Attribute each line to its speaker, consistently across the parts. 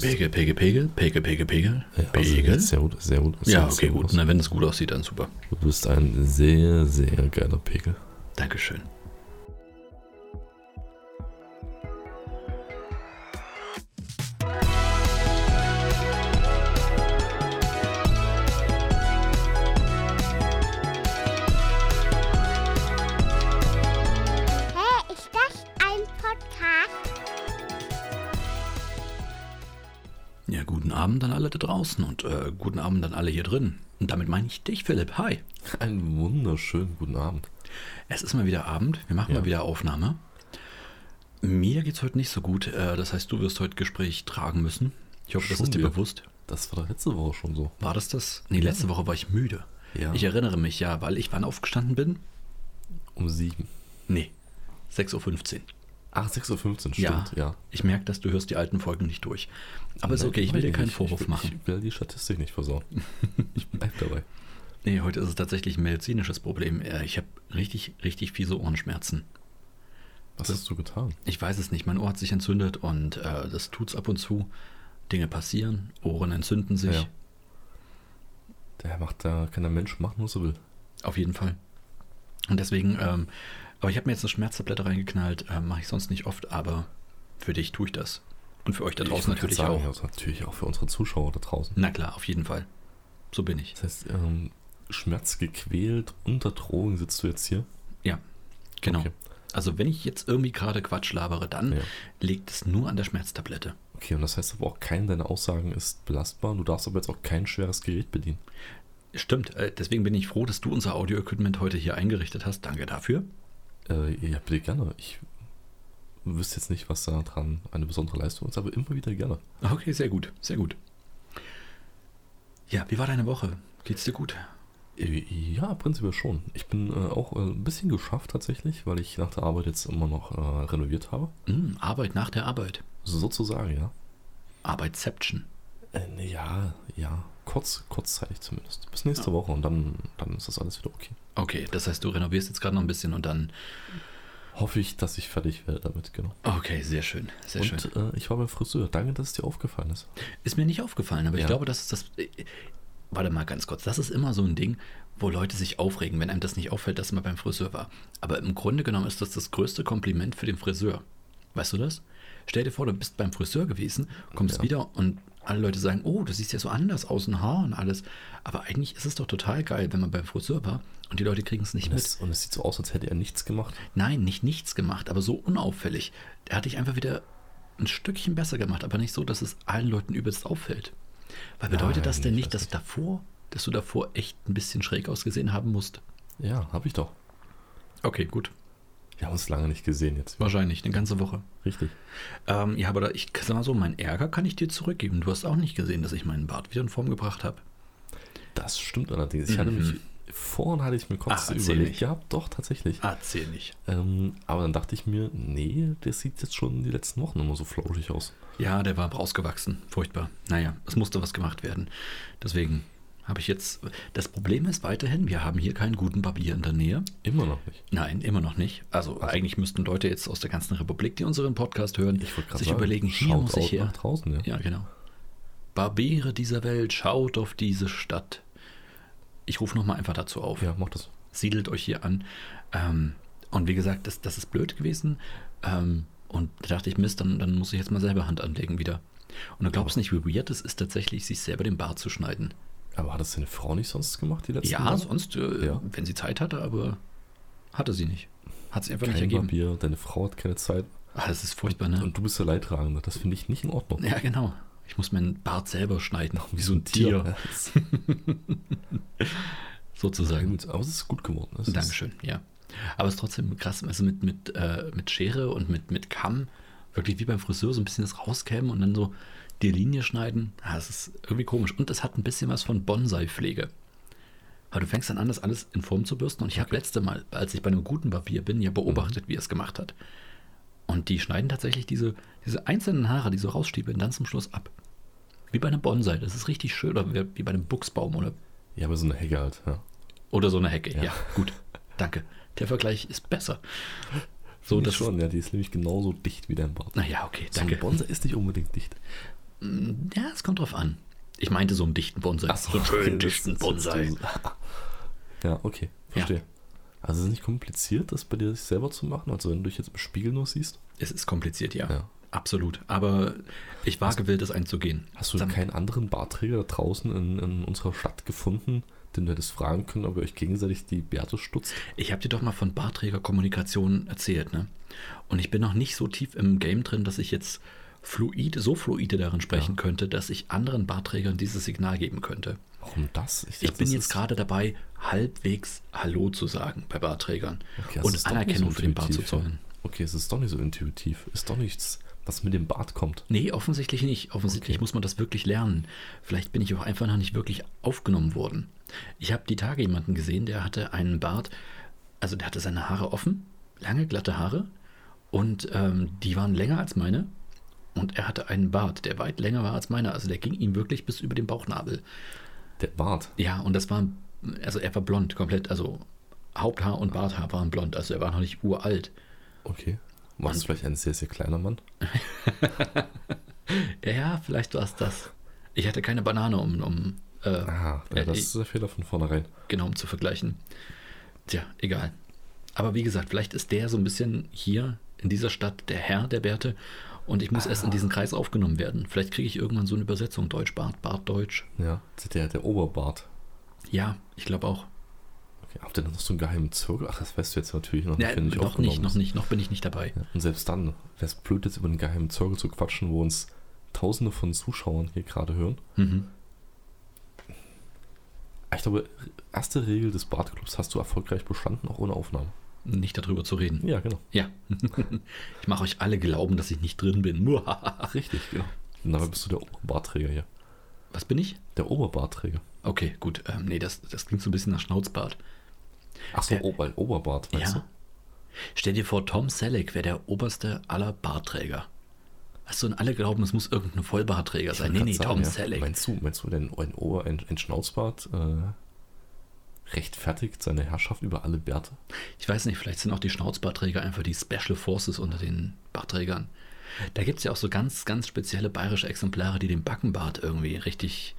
Speaker 1: Pegel, Pegel, Pegel, Pegel, Pegel, Pegel.
Speaker 2: Ja, also
Speaker 1: Pegel?
Speaker 2: Sehr gut, sehr gut.
Speaker 1: Ja,
Speaker 2: sehr,
Speaker 1: okay,
Speaker 2: sehr
Speaker 1: gut. Na, wenn es gut aussieht, dann super.
Speaker 2: Du bist ein sehr, sehr geiler Pegel.
Speaker 1: Dankeschön.
Speaker 3: Hä, ist das ein Podcast?
Speaker 1: Ja, guten Abend an alle da draußen und äh, guten Abend an alle hier drin. Und damit meine ich dich, Philipp. Hi.
Speaker 2: Einen wunderschönen guten Abend.
Speaker 1: Es ist mal wieder Abend. Wir machen
Speaker 2: Ja.
Speaker 1: mal wieder Aufnahme. Mir geht's heute nicht so gut. Äh, das heißt, du wirst heute Gespräch tragen müssen. Ich hoffe, das
Speaker 2: Schon
Speaker 1: ist dir
Speaker 2: wieder?
Speaker 1: bewusst.
Speaker 2: Das war doch letzte Woche schon so.
Speaker 1: War das das? Nee, letzte Woche war ich müde.
Speaker 2: Ja.
Speaker 1: Ich erinnere mich, ja, weil ich wann aufgestanden bin?
Speaker 2: Um sieben.
Speaker 1: Nee, 6.15 Uhr.
Speaker 2: Ach, 6.15 Uhr, stimmt, ja.
Speaker 1: Ich merke, dass du hörst die alten Folgen nicht durch. Aber ist
Speaker 2: Nein,
Speaker 1: okay, ich will dir
Speaker 2: nicht.
Speaker 1: keinen Vorwurf
Speaker 2: ich, will-
Speaker 1: machen.
Speaker 2: Ich will die Statistik nicht versauen. ich bleib dabei.
Speaker 1: Nee, heute ist es tatsächlich ein medizinisches Problem. Äh, Ich habe richtig, richtig fiese Ohrenschmerzen.
Speaker 2: Was hast du getan?
Speaker 1: Ich weiß es nicht, mein Ohr hat sich entzündet und äh, das tut's ab und zu. Dinge passieren, Ohren entzünden sich.
Speaker 2: Ja. Der macht da, kann der Mensch machen, was er will.
Speaker 1: Auf jeden Fall. Und deswegen, ähm, aber ich habe mir jetzt eine Schmerztablette reingeknallt, äh, mache ich sonst nicht oft, aber für dich tue ich das. Und für euch da
Speaker 2: Ich
Speaker 1: draußen
Speaker 2: wollte gerade
Speaker 1: natürlich
Speaker 2: sagen,
Speaker 1: auch.
Speaker 2: ja, also natürlich auch für unsere Zuschauer da draußen.
Speaker 1: Na klar, auf jeden Fall. So bin ich.
Speaker 2: Das heißt, ähm, schmerzgequält, unter Drogen sitzt du jetzt hier.
Speaker 1: Ja, genau.
Speaker 2: Okay.
Speaker 1: Also wenn ich jetzt irgendwie gerade Quatsch labere, dann
Speaker 2: Ja.
Speaker 1: liegt es nur an der Schmerztablette.
Speaker 2: Okay, und das heißt aber auch, keine deiner Aussagen ist belastbar. und Du darfst aber jetzt auch kein schweres Gerät bedienen.
Speaker 1: Stimmt, äh, deswegen bin ich froh, dass du unser Audio-Equipment heute hier eingerichtet hast. Danke dafür.
Speaker 2: Äh, ja, bitte gerne. Ich wüsste jetzt nicht, was da dran eine besondere Leistung ist, aber immer wieder gerne.
Speaker 1: Okay, sehr gut, sehr gut. Ja, wie war deine Woche? Geht's dir gut?
Speaker 2: Äh, Ja, prinzipiell schon. Ich bin äh, auch äh, ein bisschen geschafft tatsächlich, weil ich nach der Arbeit jetzt immer noch äh, renoviert habe.
Speaker 1: Hm, Arbeit nach der Arbeit.
Speaker 2: Sozusagen, ja.
Speaker 1: Arbeitsception.
Speaker 2: Äh, nee, ja, ja. Kurz, kurzzeitig zumindest. Bis nächste Woche und dann, dann ist das alles wieder okay.
Speaker 1: Okay, das heißt, du renovierst jetzt gerade noch ein bisschen und dann.
Speaker 2: Hoffe ich, dass ich fertig werde damit, genau.
Speaker 1: Okay, sehr schön, sehr schön.
Speaker 2: und äh, ich war beim Friseur. Danke, dass es dir aufgefallen ist.
Speaker 1: Ist mir nicht aufgefallen, aber ich
Speaker 2: Ja.
Speaker 1: glaube, das ist das. äh, Warte mal ganz kurz. Das ist immer so ein Ding, wo Leute sich aufregen, wenn einem das nicht auffällt, dass man beim Friseur war. Aber im Grunde genommen ist das das größte Kompliment für den Friseur. Weißt du das? Stell dir vor, du bist beim Friseur gewesen, kommst
Speaker 2: Ja.
Speaker 1: wieder und alle Leute sagen, oh, du siehst ja so anders aus, ein Haar und alles. Aber eigentlich ist es doch total geil, wenn man beim Friseur war und die Leute kriegen es nicht
Speaker 2: Und
Speaker 1: mit.
Speaker 2: es, und es sieht so aus, als hätte er nichts gemacht.
Speaker 1: Nein, nicht nichts gemacht, aber so unauffällig. Der hat dich einfach wieder ein Stückchen besser gemacht, aber nicht so, dass es allen Leuten übelst auffällt. Weil bedeutet
Speaker 2: Nein,
Speaker 1: das denn
Speaker 2: ich
Speaker 1: nicht,
Speaker 2: weiß
Speaker 1: dass
Speaker 2: nicht.
Speaker 1: davor, dass du davor echt ein bisschen schräg ausgesehen haben musst?
Speaker 2: Ja, habe ich doch.
Speaker 1: Okay, gut.
Speaker 2: Wir haben uns lange nicht gesehen jetzt.
Speaker 1: Wahrscheinlich, eine ganze Woche.
Speaker 2: Richtig.
Speaker 1: Ähm, ja, aber da, ich sag mal so, meinen Ärger kann ich dir zurückgeben. Du hast auch nicht gesehen, dass ich meinen Bart wieder in Form gebracht habe.
Speaker 2: Das stimmt allerdings. Ich hatte
Speaker 1: Mhm.
Speaker 2: mich, vorhin hatte ich mir kurz
Speaker 1: Ach, erzähl
Speaker 2: überlegt
Speaker 1: nicht.
Speaker 2: gehabt, doch, tatsächlich.
Speaker 1: Erzähl nicht.
Speaker 2: Ähm, aber dann dachte ich mir, nee, der sieht jetzt schon die letzten Wochen immer so flauschig aus.
Speaker 1: Ja, der war rausgewachsen. Furchtbar. Naja, es musste was gemacht werden. Deswegen habe ich jetzt. Das Problem ist weiterhin, wir haben hier keinen guten Barbier in der Nähe.
Speaker 2: Immer noch nicht.
Speaker 1: Nein, immer noch nicht. Also, eigentlich müssten Leute jetzt aus der ganzen Republik, die unseren Podcast hören,
Speaker 2: Ich wollte gerade
Speaker 1: sich
Speaker 2: sagen,
Speaker 1: überlegen, hier muss
Speaker 2: Shoutout
Speaker 1: ich her.
Speaker 2: nach draußen, ja.
Speaker 1: Ja, genau. Barbiere dieser Welt, schaut auf diese Stadt. Ich rufe nochmal einfach dazu auf.
Speaker 2: Ja, mach das.
Speaker 1: Siedelt euch hier an. Ähm, und wie gesagt, das, das ist blöd gewesen. Ähm, und da dachte ich, Mist, dann, dann muss ich jetzt mal selber Hand anlegen wieder. Und du glaubst nicht, wie weird es ist, tatsächlich sich selber den Bart zu schneiden.
Speaker 2: Aber hat das deine Frau nicht sonst gemacht, die letzten
Speaker 1: Ja,
Speaker 2: Wochen?
Speaker 1: sonst, äh,
Speaker 2: Ja.
Speaker 1: wenn sie Zeit hatte, aber hatte sie nicht. Hat sie einfach nicht
Speaker 2: Kein
Speaker 1: ergeben.
Speaker 2: Barbier, deine Frau hat keine Zeit
Speaker 1: Ah, das ist furchtbar, ne?
Speaker 2: und du bist der Leidtragende. Das finde ich nicht in Ordnung.
Speaker 1: ja, genau. Ich muss meinen Bart selber schneiden, wie so ein
Speaker 2: Ja,
Speaker 1: Tier,
Speaker 2: das-
Speaker 1: sozusagen.
Speaker 2: Gut, Aber es ist gut geworden. Es ist-
Speaker 1: Dankeschön, ja. Aber es ist trotzdem krass, also mit, mit, äh, mit Schere und mit, mit Kamm, wirklich wie beim Friseur, so ein bisschen das rauskämmen und dann so die Linie schneiden. Ah, das ist irgendwie komisch. Und es hat ein bisschen was von Bonsai-Pflege. Weil du fängst dann an, das alles in Form zu bürsten. Und ich habe letzte Mal, als ich bei einem guten Barbier bin, ja beobachtet, wie er es gemacht hat. Und die schneiden tatsächlich diese, diese einzelnen Haare, die so rausstiebeln, dann zum Schluss ab. Wie bei einem Bonsai. Das ist richtig schön. Oder wie bei einem Buchsbaum oder
Speaker 2: Ja, aber so eine Hecke halt. Ja.
Speaker 1: oder so eine Hecke. Ja,
Speaker 2: Ja.
Speaker 1: gut. Danke. Der Vergleich ist besser. So,
Speaker 2: Finde
Speaker 1: das
Speaker 2: ich schon, ja, die ist nämlich genauso dicht wie dein Bart.
Speaker 1: Naja, okay,
Speaker 2: So ein
Speaker 1: danke. Mm,
Speaker 2: Bonsai ist nicht unbedingt dicht.
Speaker 1: Ja, es kommt drauf an. Ich meinte so einen dichten Bonsai. so einen schönen
Speaker 2: das-
Speaker 1: dichten
Speaker 2: das-
Speaker 1: Bonsai.
Speaker 2: das- Ja, okay, verstehe. Also ist es nicht kompliziert, das bei dir selber zu machen? Also wenn du dich jetzt im Spiegel nur siehst?
Speaker 1: Es ist kompliziert, ja.
Speaker 2: Ja.
Speaker 1: Absolut. Aber ich war gewillt, das einzugehen.
Speaker 2: Hast du
Speaker 1: Sag-
Speaker 2: keinen anderen Barträger da draußen in, in unserer Stadt gefunden, den du hättest fragen können, ob ihr euch gegenseitig die Bärte stutzt?
Speaker 1: Ich habe dir doch mal von Barträgerkommunikation erzählt, ne? Und ich bin noch nicht so tief im Game drin, dass ich jetzt fluide, so fluide darin sprechen könnte, dass ich anderen Barträgern dieses Signal geben könnte.
Speaker 2: Warum das?
Speaker 1: Ich
Speaker 2: dachte,
Speaker 1: bin
Speaker 2: das
Speaker 1: jetzt
Speaker 2: ist-
Speaker 1: gerade dabei, halbwegs Hallo zu sagen bei Barträgern
Speaker 2: Okay, also es
Speaker 1: und
Speaker 2: ist doch nicht
Speaker 1: Anerkennung
Speaker 2: so
Speaker 1: für den Bart zu
Speaker 2: intuitiv, ja.
Speaker 1: zollen.
Speaker 2: Okay, es ist doch nicht so intuitiv. Ist doch nichts, was mit dem Bart kommt.
Speaker 1: Nee, offensichtlich nicht. Offensichtlich
Speaker 2: Okay.
Speaker 1: muss man das wirklich lernen. Vielleicht bin ich auch einfach noch nicht wirklich aufgenommen worden. Ich habe die Tage jemanden gesehen, der hatte einen Bart, also der hatte seine Haare offen, lange, glatte Haare und ähm, die waren länger als meine. Und er hatte einen Bart, der weit länger war als meiner. Also der ging ihm wirklich bis über den Bauchnabel.
Speaker 2: Der Bart.
Speaker 1: Ja, und das war, also er war blond komplett. Also Haupthaar und Barthaar waren blond. Also er war noch nicht uralt.
Speaker 2: Okay. Warst du vielleicht ein sehr, sehr kleiner Mann?
Speaker 1: Ja, vielleicht war es das. Ich hatte keine Banane, um, um äh,
Speaker 2: Ah, ja,
Speaker 1: Äh,
Speaker 2: das
Speaker 1: ich-
Speaker 2: ist der Fehler von vornherein.
Speaker 1: genau um zu vergleichen. Tja, egal. Aber wie gesagt, vielleicht ist der so ein bisschen hier in dieser Stadt der Herr der Bärte und ich muss erst in diesen Kreis aufgenommen werden. Vielleicht kriege ich irgendwann so eine Übersetzung Deutsch, Bart, Bart, Deutsch.
Speaker 2: Ja, der, der Oberbart.
Speaker 1: Ja, ich glaube auch.
Speaker 2: Okay, habt ihr dann noch so einen geheimen Zirkel? Ach, das weißt du jetzt natürlich noch nicht,
Speaker 1: Ja,
Speaker 2: wenn du dich
Speaker 1: noch nicht,
Speaker 2: aufgenommen
Speaker 1: noch
Speaker 2: hast.
Speaker 1: nicht, noch bin ich nicht dabei.
Speaker 2: Ja, und selbst dann wäre es blöd, jetzt über einen geheimen Zirkel zu quatschen, wo uns tausende von Zuschauern hier gerade hören. Ah,
Speaker 1: Mhm.
Speaker 2: Ich glaube, erste Regel des Bartclubs hast du erfolgreich bestanden, auch ohne Aufnahme.
Speaker 1: Nicht darüber zu reden.
Speaker 2: Ja, genau.
Speaker 1: Ja. ich mache euch alle glauben, dass ich nicht drin bin. Muah.
Speaker 2: Ach, richtig, genau. Und dabei bist du der Oberbartträger hier.
Speaker 1: Was bin ich?
Speaker 2: Der Oberbartträger.
Speaker 1: Okay, gut. Ähm, nee, das, das klingt so ein bisschen nach Schnauzbart.
Speaker 2: Ach so,
Speaker 1: Der-
Speaker 2: Ober, Oberbart, weißt
Speaker 1: Ja. Stell dir vor, Tom Selleck wäre der oberste aller Barträger. Weißt du, und alle glauben, es muss irgendein Vollbartträger
Speaker 2: du?
Speaker 1: sein. Nee, nee,
Speaker 2: Sagen,
Speaker 1: Tom
Speaker 2: ja.
Speaker 1: Selleck.
Speaker 2: Meinst du, meinst du denn ein Ober, ein, ein Schnauzbart äh, rechtfertigt seine Herrschaft über alle Bärte?
Speaker 1: Ich weiß nicht, vielleicht sind auch die Schnauzbartträger einfach die Special Forces unter den Bartträgern. Da gibt es ja auch so ganz, ganz spezielle bayerische Exemplare, die den Backenbart irgendwie richtig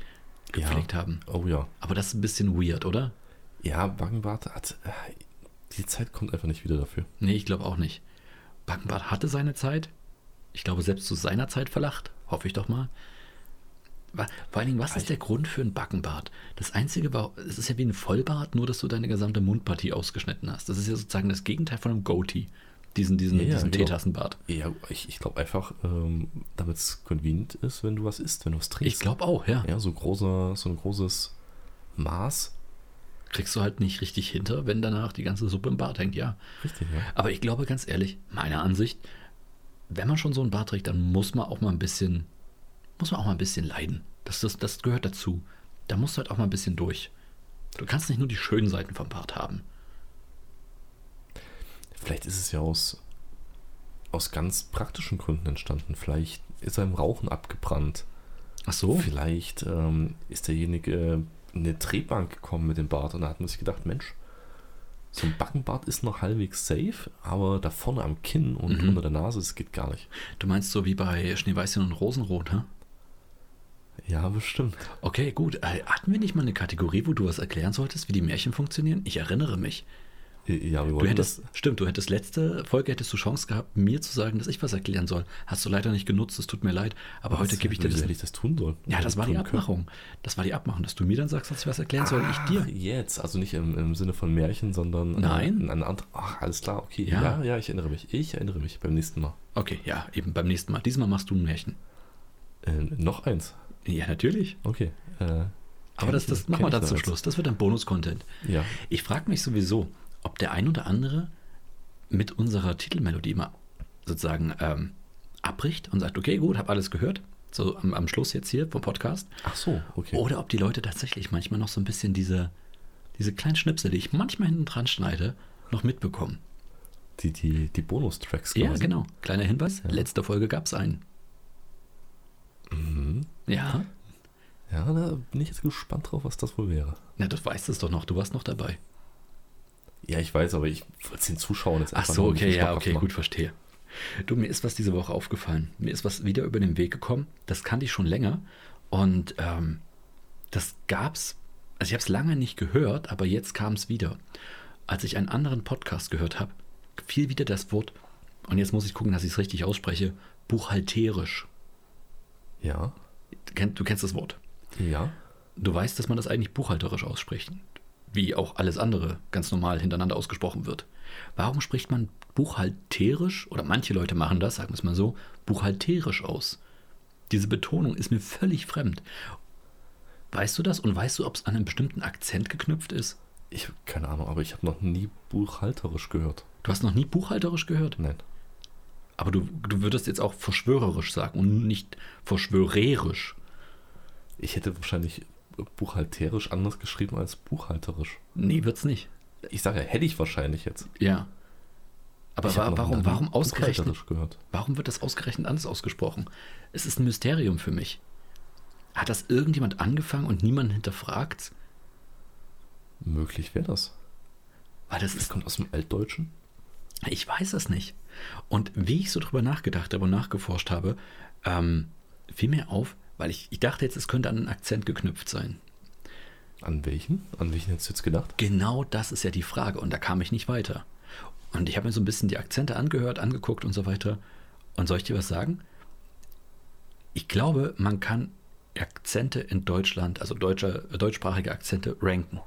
Speaker 1: gepflegt haben.
Speaker 2: Oh ja.
Speaker 1: Aber das ist ein bisschen weird, oder?
Speaker 2: Ja, Baggenbart hat. äh, Die Zeit kommt einfach nicht wieder dafür.
Speaker 1: Nee, ich glaube auch nicht. Backenbart hatte seine Zeit. Ich glaube, selbst zu seiner Zeit verlacht. Hoffe ich doch mal. Wa- Vor allen Dingen, was ist der Grund für einen Backenbart? Das Einzige war, es ist ja wie ein Vollbart, nur dass du deine gesamte Mundpartie ausgeschnitten hast. Das ist ja sozusagen das Gegenteil von einem Goatee. Diesen, diesen,
Speaker 2: Ja, ja,
Speaker 1: diesen
Speaker 2: genau.
Speaker 1: Teetassenbart.
Speaker 2: Ja, ich, ich glaube einfach, ähm, damit es convenient ist, wenn du was isst, wenn du was trinkst.
Speaker 1: Ich glaube auch, ja.
Speaker 2: Ja, so, großer, so ein großes Maß.
Speaker 1: Kriegst du halt nicht richtig hinter, wenn danach die ganze Suppe im Bart hängt, ja.
Speaker 2: Richtig, ja.
Speaker 1: Aber ich glaube ganz ehrlich, meiner Ansicht, wenn man schon so einen Bart trägt, dann muss man auch mal ein bisschen, muss man auch mal ein bisschen leiden. Das, das, das gehört dazu. Da musst du halt auch mal ein bisschen durch. Du kannst nicht nur die schönen Seiten vom Bart haben.
Speaker 2: Vielleicht ist es ja aus, aus ganz praktischen Gründen entstanden. Vielleicht ist er im Rauchen abgebrannt.
Speaker 1: Ach so?
Speaker 2: Vielleicht ähm, ist derjenige in eine Drehbank gekommen mit dem Bart und da hat man sich gedacht, Mensch, so ein Backenbart ist noch halbwegs safe, aber da vorne am Kinn und
Speaker 1: Mhm.
Speaker 2: unter der Nase, das geht gar nicht.
Speaker 1: Du meinst so wie bei Schneeweißchen und Rosenrot, hä?
Speaker 2: Ja, bestimmt.
Speaker 1: Okay, gut. Äh, Hatten wir nicht mal eine Kategorie, wo du was erklären solltest, wie die Märchen funktionieren? Ich erinnere mich.
Speaker 2: Äh, Ja, wir
Speaker 1: Du
Speaker 2: wollten
Speaker 1: hättest,
Speaker 2: das.
Speaker 1: stimmt, du hättest letzte Folge hättest du Chance gehabt, mir zu sagen, dass ich was erklären soll. Hast du leider nicht genutzt, es tut mir leid, aber heute
Speaker 2: das-
Speaker 1: gebe ich dir
Speaker 2: wieso
Speaker 1: das
Speaker 2: hätte ich das tun sollen.
Speaker 1: Ja, das war die
Speaker 2: Tun können.
Speaker 1: Abmachung. Das war die Abmachung, dass du mir dann sagst, dass ich was erklären soll, ich
Speaker 2: Ach,
Speaker 1: dir.
Speaker 2: Jetzt, also nicht im, im Sinne von Märchen, sondern äh,
Speaker 1: Nein.
Speaker 2: in einer anderen. Ach, alles klar, okay.
Speaker 1: Ja.
Speaker 2: Ja. ja, ich erinnere mich. Ich erinnere mich beim nächsten Mal.
Speaker 1: Okay, ja, eben beim nächsten Mal. Diesmal machst du ein Märchen.
Speaker 2: Ähm, noch eins.
Speaker 1: Ja, natürlich.
Speaker 2: Okay. Äh,
Speaker 1: Aber das, das machen wir dann zum
Speaker 2: zum
Speaker 1: Schluss. Das wird dann Bonus-Content.
Speaker 2: Ja.
Speaker 1: Ich frage mich sowieso, ob der ein oder andere mit unserer Titelmelodie immer sozusagen ähm, abbricht und sagt, okay, gut, habe alles gehört. So am, am Schluss jetzt hier vom Podcast.
Speaker 2: Ach so, okay.
Speaker 1: Oder ob die Leute tatsächlich manchmal noch so ein bisschen diese, diese kleinen Schnipsel, die ich manchmal hinten dran schneide, noch mitbekommen.
Speaker 2: Die, die, die Bonustracks.
Speaker 1: Ja,
Speaker 2: quasi.
Speaker 1: genau. Kleiner Hinweis, letzte Folge gab es einen. Ja,
Speaker 2: Ja, da bin ich jetzt gespannt drauf, was das wohl wäre.
Speaker 1: na, du weißt es doch noch, du warst noch dabei.
Speaker 2: Ja, ich weiß, aber ich wollte es den Zuschauern jetzt
Speaker 1: Ach
Speaker 2: einfach
Speaker 1: so,
Speaker 2: nur ein
Speaker 1: okay,
Speaker 2: bisschen
Speaker 1: ja,
Speaker 2: schmackhaft
Speaker 1: okay,
Speaker 2: machen.
Speaker 1: gut, verstehe. Du, mir ist was diese Woche aufgefallen. Mir ist was wieder über den Weg gekommen. Das kannte ich schon länger. Und ähm, das gab's, also ich habe es lange nicht gehört, aber jetzt kam es wieder. Als ich einen anderen Podcast gehört habe, fiel wieder das Wort, und jetzt muss ich gucken, dass ich es richtig ausspreche, buchhalterisch.
Speaker 2: Ja.
Speaker 1: Du kennst, du kennst das Wort.
Speaker 2: Ja.
Speaker 1: Du weißt, dass man das eigentlich buchhalterisch ausspricht, wie auch alles andere ganz normal hintereinander ausgesprochen wird. Warum spricht man buchhalterisch, oder manche Leute machen das, sagen wir es mal so, buchhalterisch aus? Diese Betonung ist mir völlig fremd. Weißt du das und weißt du, ob es an einen bestimmten Akzent geknüpft ist?
Speaker 2: Ich habe keine Ahnung, aber ich habe noch nie buchhalterisch gehört.
Speaker 1: Du hast noch nie buchhalterisch gehört,
Speaker 2: Nein.
Speaker 1: aber du, du würdest jetzt auch verschwörerisch sagen und nicht verschwörerisch.
Speaker 2: Ich hätte wahrscheinlich buchhalterisch anders geschrieben als buchhalterisch.
Speaker 1: Nee, wird's nicht.
Speaker 2: Ich sage, ja, hätte ich wahrscheinlich jetzt.
Speaker 1: Ja. Aber
Speaker 2: ich
Speaker 1: wa-
Speaker 2: hab noch
Speaker 1: warum,
Speaker 2: nie
Speaker 1: warum ausgerechnet?
Speaker 2: buchhalterisch gehört.
Speaker 1: Warum wird das ausgerechnet anders ausgesprochen? Es ist ein Mysterium für mich. Hat das irgendjemand angefangen und niemand hinterfragt?
Speaker 2: Möglich wäre das.
Speaker 1: Weil das
Speaker 2: Das
Speaker 1: ist,
Speaker 2: kommt aus dem Altdeutschen.
Speaker 1: ich weiß das nicht. Und wie ich so drüber nachgedacht habe und nachgeforscht habe, ähm, fiel mir auf, weil ich, ich dachte jetzt, es könnte an einen Akzent geknüpft sein.
Speaker 2: An welchen? An welchen hättest du jetzt gedacht?
Speaker 1: Genau das ist ja die Frage und da kam ich nicht weiter. Und ich habe mir so ein bisschen die Akzente angehört, angeguckt und so weiter. Und soll ich dir was sagen? Ich glaube, man kann Akzente in Deutschland, also deutsche, deutschsprachige Akzente, ranken.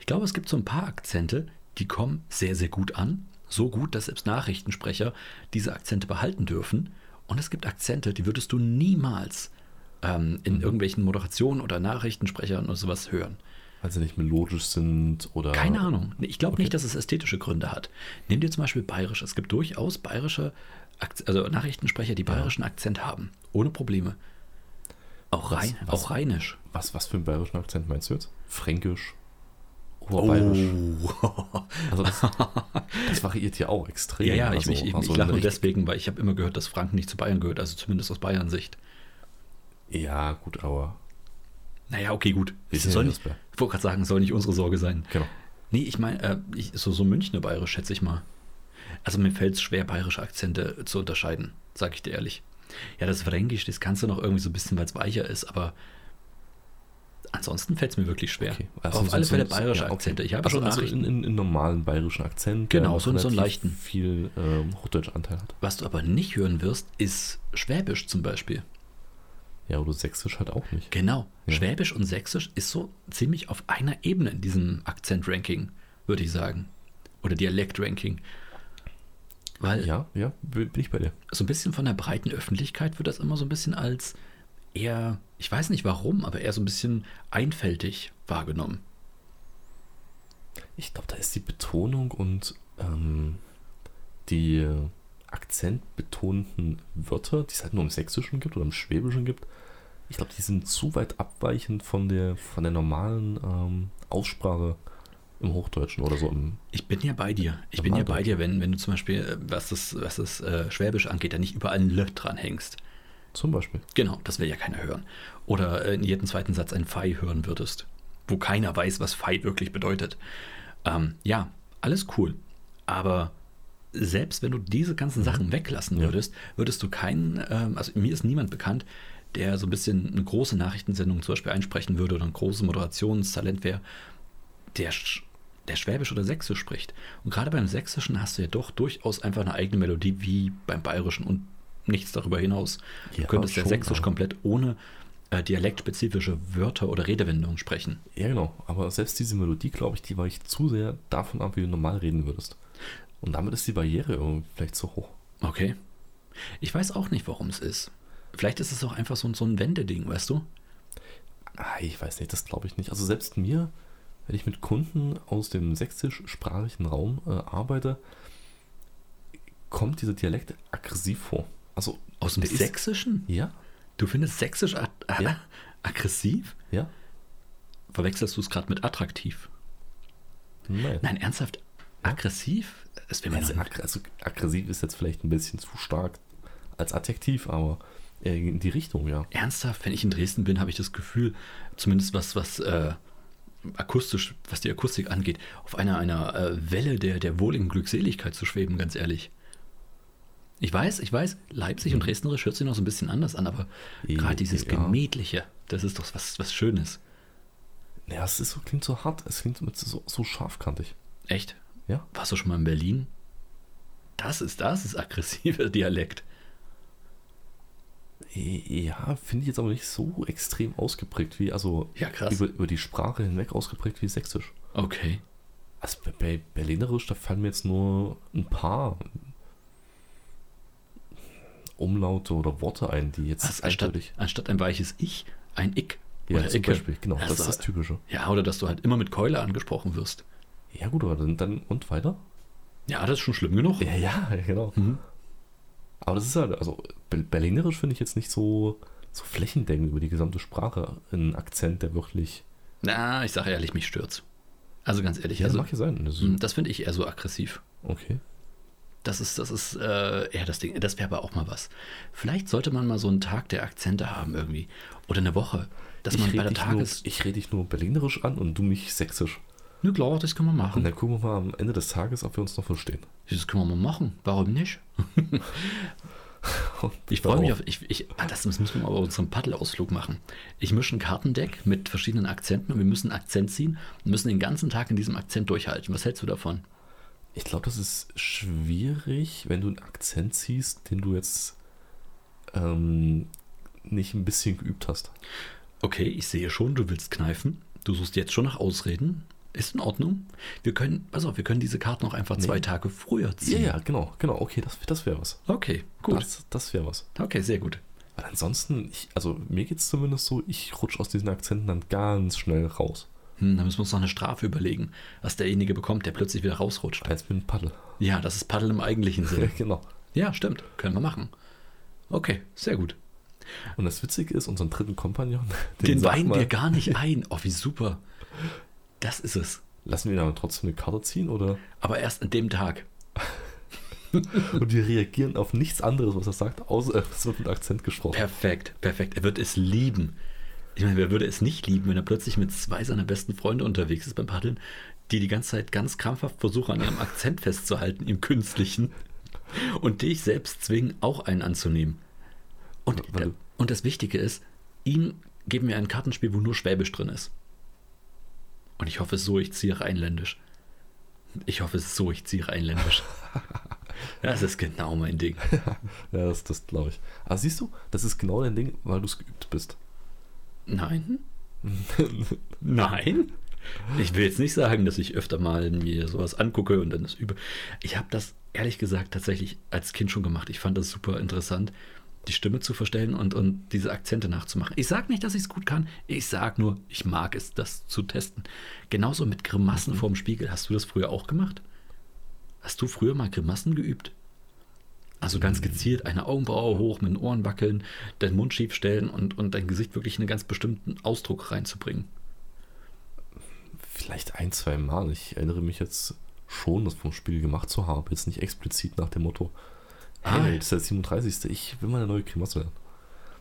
Speaker 1: Ich glaube, es gibt so ein paar Akzente, die kommen sehr, sehr gut an. So gut, dass selbst Nachrichtensprecher diese Akzente behalten dürfen. Und es gibt Akzente, die würdest du niemals ähm, in irgendwelchen Moderationen oder Nachrichtensprechern oder sowas hören.
Speaker 2: Weil sie nicht melodisch sind oder.
Speaker 1: Keine Ahnung. Ich glaube nicht, dass es ästhetische Gründe hat. Nimm dir zum Beispiel bayerisch. Es gibt durchaus bayerische Ak also Nachrichtensprecher, die bayerischen Akzent haben. Ohne Probleme. Auch,
Speaker 2: Was-
Speaker 1: Rhein
Speaker 2: was-
Speaker 1: auch rheinisch.
Speaker 2: Was, was für einen bayerischen Akzent meinst du jetzt? Fränkisch? Oberbayerisch?
Speaker 1: Oh.
Speaker 2: Also das, das variiert ja auch extrem.
Speaker 1: ja, ja, ich,
Speaker 2: also,
Speaker 1: ich, ich,
Speaker 2: also
Speaker 1: ich lache nur
Speaker 2: in Richt-
Speaker 1: deswegen, weil ich habe immer gehört, dass Franken nicht zu Bayern gehört, also zumindest aus Bayern Sicht.
Speaker 2: Ja, gut, aber.
Speaker 1: Naja, okay, gut.
Speaker 2: Wir
Speaker 1: Es
Speaker 2: sind
Speaker 1: soll
Speaker 2: ja
Speaker 1: nicht,
Speaker 2: das Bayern.
Speaker 1: ich wollte gerade sagen, soll nicht unsere Sorge sein.
Speaker 2: Genau.
Speaker 1: Nee, ich meine, äh, ich- so, so Münchner bayerisch, schätze ich mal. Also mir fällt es schwer, bayerische Akzente zu unterscheiden, sage ich dir ehrlich. Ja, das Fränkisch, das kannst du noch irgendwie so ein bisschen, weil es weicher ist, aber ansonsten fällt es mir wirklich schwer.
Speaker 2: Okay. also
Speaker 1: Aber auf alle Fälle bayerische
Speaker 2: ja, okay.
Speaker 1: Akzente. Ich habe
Speaker 2: also,
Speaker 1: schon
Speaker 2: also
Speaker 1: Nachrichten.
Speaker 2: in, in, in normalen bayerischen Akzent. der
Speaker 1: Genau, so- so einen
Speaker 2: relativ
Speaker 1: leichten.
Speaker 2: Viel ähm, Hochdeutschanteil hat.
Speaker 1: Was du aber nicht hören wirst, ist Schwäbisch zum Beispiel.
Speaker 2: Ja, oder Sächsisch halt auch nicht.
Speaker 1: Genau.
Speaker 2: Ja.
Speaker 1: Schwäbisch und Sächsisch ist so ziemlich auf einer Ebene in diesem Akzent-Ranking, würde ich sagen. Oder Dialekt-Ranking. Weil
Speaker 2: Ja, ja, bin bin ich bei dir.
Speaker 1: so ein bisschen von der breiten Öffentlichkeit wird das immer so ein bisschen als eher, ich weiß nicht warum, aber eher so ein bisschen einfältig wahrgenommen.
Speaker 2: Ich glaube, da ist die Betonung und ähm, die akzentbetonten Wörter, die es halt nur im Sächsischen gibt oder im Schwäbischen gibt, ich glaube, die sind zu weit abweichend von der, von der normalen ähm, Aussprache im Hochdeutschen oder so. Im,
Speaker 1: Ich bin ja bei dir. Ich
Speaker 2: Ja,
Speaker 1: bin ja
Speaker 2: Mann,
Speaker 1: bei
Speaker 2: doch.
Speaker 1: dir, wenn, wenn du zum Beispiel, äh, was das, was das äh, Schwäbisch angeht, da nicht überall ein L dranhängst.
Speaker 2: zum Beispiel.
Speaker 1: Genau, das will ja keiner hören. Oder äh, in jedem zweiten Satz ein Pfei hören würdest, wo keiner weiß, was Pfei wirklich bedeutet. Ähm, ja, alles cool. Aber selbst wenn du diese
Speaker 2: Mhm.
Speaker 1: ganzen Sachen weglassen würdest, würdest du keinen, ähm, also mir ist niemand bekannt, der so ein bisschen eine große Nachrichtensendung zum Beispiel einsprechen würde oder ein großes Moderationstalent wäre, der, Sch- der Schwäbisch oder Sächsisch spricht. Und gerade beim Sächsischen hast du ja doch durchaus einfach eine eigene Melodie wie beim Bayerischen und nichts darüber hinaus. du
Speaker 2: Ja,
Speaker 1: könntest ja
Speaker 2: schon,
Speaker 1: Sächsisch
Speaker 2: aber-
Speaker 1: komplett ohne äh, dialektspezifische Wörter oder Redewendungen sprechen.
Speaker 2: Ja, genau. Aber selbst diese Melodie, glaube ich, die weicht zu sehr davon ab, wie du normal reden würdest. Und damit ist die Barriere irgendwie vielleicht zu hoch.
Speaker 1: Okay. Ich weiß auch nicht, warum es ist. Vielleicht ist es auch einfach so, ein- so ein Wendeding, weißt du?
Speaker 2: Ah, ich weiß nicht, das glaube ich nicht. Also selbst mir, wenn ich mit Kunden aus dem sächsischsprachigen Raum äh, arbeite, kommt dieser Dialekt aggressiv vor. Also
Speaker 1: Aus dem
Speaker 2: der ist-
Speaker 1: Sächsischen?
Speaker 2: Ja,
Speaker 1: Du findest Sächsisch a- a-
Speaker 2: Ja.
Speaker 1: aggressiv?
Speaker 2: ja.
Speaker 1: Verwechselst du es gerade mit attraktiv?
Speaker 2: Nein.
Speaker 1: Nein, ernsthaft? Aggressiv? Es wäre mir
Speaker 2: Also,
Speaker 1: noch-
Speaker 2: aggr- also aggressiv ist jetzt vielleicht ein bisschen zu stark als Adjektiv, aber äh, in die Richtung, ja.
Speaker 1: ernsthaft, wenn ich in Dresden bin, habe ich das Gefühl, zumindest was, was äh, akustisch, was die Akustik angeht, auf einer, einer äh, Welle der, der wohligen Glückseligkeit zu schweben, ganz ehrlich. Ich weiß, ich weiß, Leipzig und Dresdenerisch hört sich noch so ein bisschen anders an, aber
Speaker 2: Eh,
Speaker 1: gerade dieses
Speaker 2: Hm. ja.
Speaker 1: Gemütliche, das ist doch was, was Schönes.
Speaker 2: Ja, es ist so, klingt so hart, es klingt so, so, so scharfkantig.
Speaker 1: Echt?
Speaker 2: Ja.
Speaker 1: Warst du schon mal in Berlin? Das ist, das ist aggressiver Dialekt.
Speaker 2: Eh, Ja, finde ich jetzt aber nicht so extrem ausgeprägt wie, also
Speaker 1: Ja, krass.
Speaker 2: über, über die Sprache hinweg ausgeprägt wie Sächsisch.
Speaker 1: Okay.
Speaker 2: Also bei, bei Berlinerisch, da fallen mir jetzt nur ein paar Umlaute oder Worte ein, die jetzt
Speaker 1: Also anstatt,
Speaker 2: eindeutig.
Speaker 1: anstatt ein weiches Ich, ein Ick.
Speaker 2: Ja,
Speaker 1: oder
Speaker 2: zum
Speaker 1: Icke.
Speaker 2: Beispiel, genau, das
Speaker 1: Also,
Speaker 2: ist das Typische.
Speaker 1: ja, oder dass du halt immer mit Keule angesprochen wirst.
Speaker 2: Ja, gut, aber dann, dann und weiter?
Speaker 1: Ja, das ist schon schlimm genug.
Speaker 2: Ja, ja, genau.
Speaker 1: Mhm.
Speaker 2: Aber das ist halt, also Be- Berlinerisch finde ich jetzt nicht so, so flächendeckend über die gesamte Sprache. Ein Akzent, der wirklich.
Speaker 1: Na, ich sage ehrlich, mich stört's. Also ganz ehrlich,
Speaker 2: Ja,
Speaker 1: also,
Speaker 2: mag ja sein. Das ist,
Speaker 1: mh, das finde ich eher so aggressiv.
Speaker 2: Okay.
Speaker 1: Das ist, das ist äh, eher das Ding. Das wäre aber auch mal was. Vielleicht sollte man mal so einen Tag der Akzente haben irgendwie. Oder eine Woche. Dass man
Speaker 2: ich
Speaker 1: bei
Speaker 2: rede
Speaker 1: der
Speaker 2: dich, nur-
Speaker 1: Tages.
Speaker 2: ich red dich nur Berlinerisch an und du mich Sächsisch.
Speaker 1: Ne, klar, das können wir
Speaker 2: Und
Speaker 1: machen.
Speaker 2: dann gucken wir mal am Ende des Tages, ob wir uns noch verstehen.
Speaker 1: Das können wir mal machen. Warum nicht? Ich freue mich auf. Ich, ich, ah, das müssen wir mal bei unserem Paddelausflug machen. Ich mische ein Kartendeck mit verschiedenen Akzenten und wir müssen einen Akzent ziehen und müssen den ganzen Tag in diesem Akzent durchhalten. Was hältst du davon?
Speaker 2: Ich glaube, das ist schwierig, wenn du einen Akzent ziehst, den du jetzt ähm, nicht ein bisschen geübt hast.
Speaker 1: Okay, ich sehe schon, du willst kneifen. Du suchst jetzt schon nach Ausreden. Ist in Ordnung. Wir können, pass auf, wir können diese Karten auch einfach zwei Tage früher
Speaker 2: Ja,
Speaker 1: ziehen.
Speaker 2: ja, genau, genau. Okay, das, das wäre was.
Speaker 1: Okay, gut.
Speaker 2: Das, das wäre was.
Speaker 1: Okay, sehr gut.
Speaker 2: Weil ansonsten, ich, also mir geht es zumindest so, ich rutsche aus diesen Akzenten dann ganz schnell raus.
Speaker 1: Hm, dann müssen wir uns noch eine Strafe überlegen, was derjenige bekommt, der plötzlich wieder rausrutscht.
Speaker 2: Als mit dem Paddel.
Speaker 1: Ja, das ist Paddel im eigentlichen
Speaker 2: Ja,
Speaker 1: Sinne.
Speaker 2: genau.
Speaker 1: ja, stimmt. Können wir machen. Okay, sehr gut.
Speaker 2: Und das Witzige ist, unseren dritten Kompagnon,
Speaker 1: Den
Speaker 2: sagt
Speaker 1: weinen
Speaker 2: man-
Speaker 1: wir gar nicht ein. Oh, wie super. Das ist es.
Speaker 2: Lassen wir dann trotzdem eine Karte ziehen oder?
Speaker 1: Aber erst an dem Tag.
Speaker 2: Und wir reagieren auf nichts anderes, was er sagt, außer es wird mit Akzent gesprochen.
Speaker 1: Perfekt, perfekt. Er wird es lieben. Ich meine, wer würde es nicht lieben, wenn er plötzlich mit zwei seiner besten Freunde unterwegs ist beim Paddeln, die die ganze Zeit ganz krampfhaft versuchen, an ihrem Akzent festzuhalten, im künstlichen, und dich selbst zwingen, auch einen anzunehmen. Und,
Speaker 2: Weil du-
Speaker 1: und das Wichtige ist, ihm geben wir ein Kartenspiel, wo nur Schwäbisch drin ist. Und ich hoffe so, ich ziehe rheinländisch. Ich hoffe so, ich ziehe rheinländisch. Das ist genau mein Ding.
Speaker 2: Ja, das, das glaube ich. Aber siehst du, das ist genau dein Ding, weil du es geübt bist.
Speaker 1: Nein. Nein? Ich will jetzt nicht sagen, dass ich öfter mal mir sowas angucke und dann das übe. Ich habe das ehrlich gesagt tatsächlich als Kind schon gemacht. Ich fand das super interessant, die Stimme zu verstellen und, und diese Akzente nachzumachen. Ich sage nicht, dass ich es gut kann. Ich sage nur, ich mag es, das zu testen. Genauso mit Grimassen vorm Spiegel. Hast du das früher auch gemacht? Hast du früher mal Grimassen geübt? Also ganz gezielt eine Augenbraue hoch, mit den Ohren wackeln, den Mund schief stellen und, und dein Gesicht wirklich einen ganz bestimmten Ausdruck reinzubringen.
Speaker 2: Vielleicht ein, zwei Mal. Ich erinnere mich jetzt schon, das vom Spiel gemacht zu haben. Jetzt nicht explizit nach dem Motto,
Speaker 1: Ah.
Speaker 2: hey, das ist der 37. Ich will mal eine neue Grimasse lernen.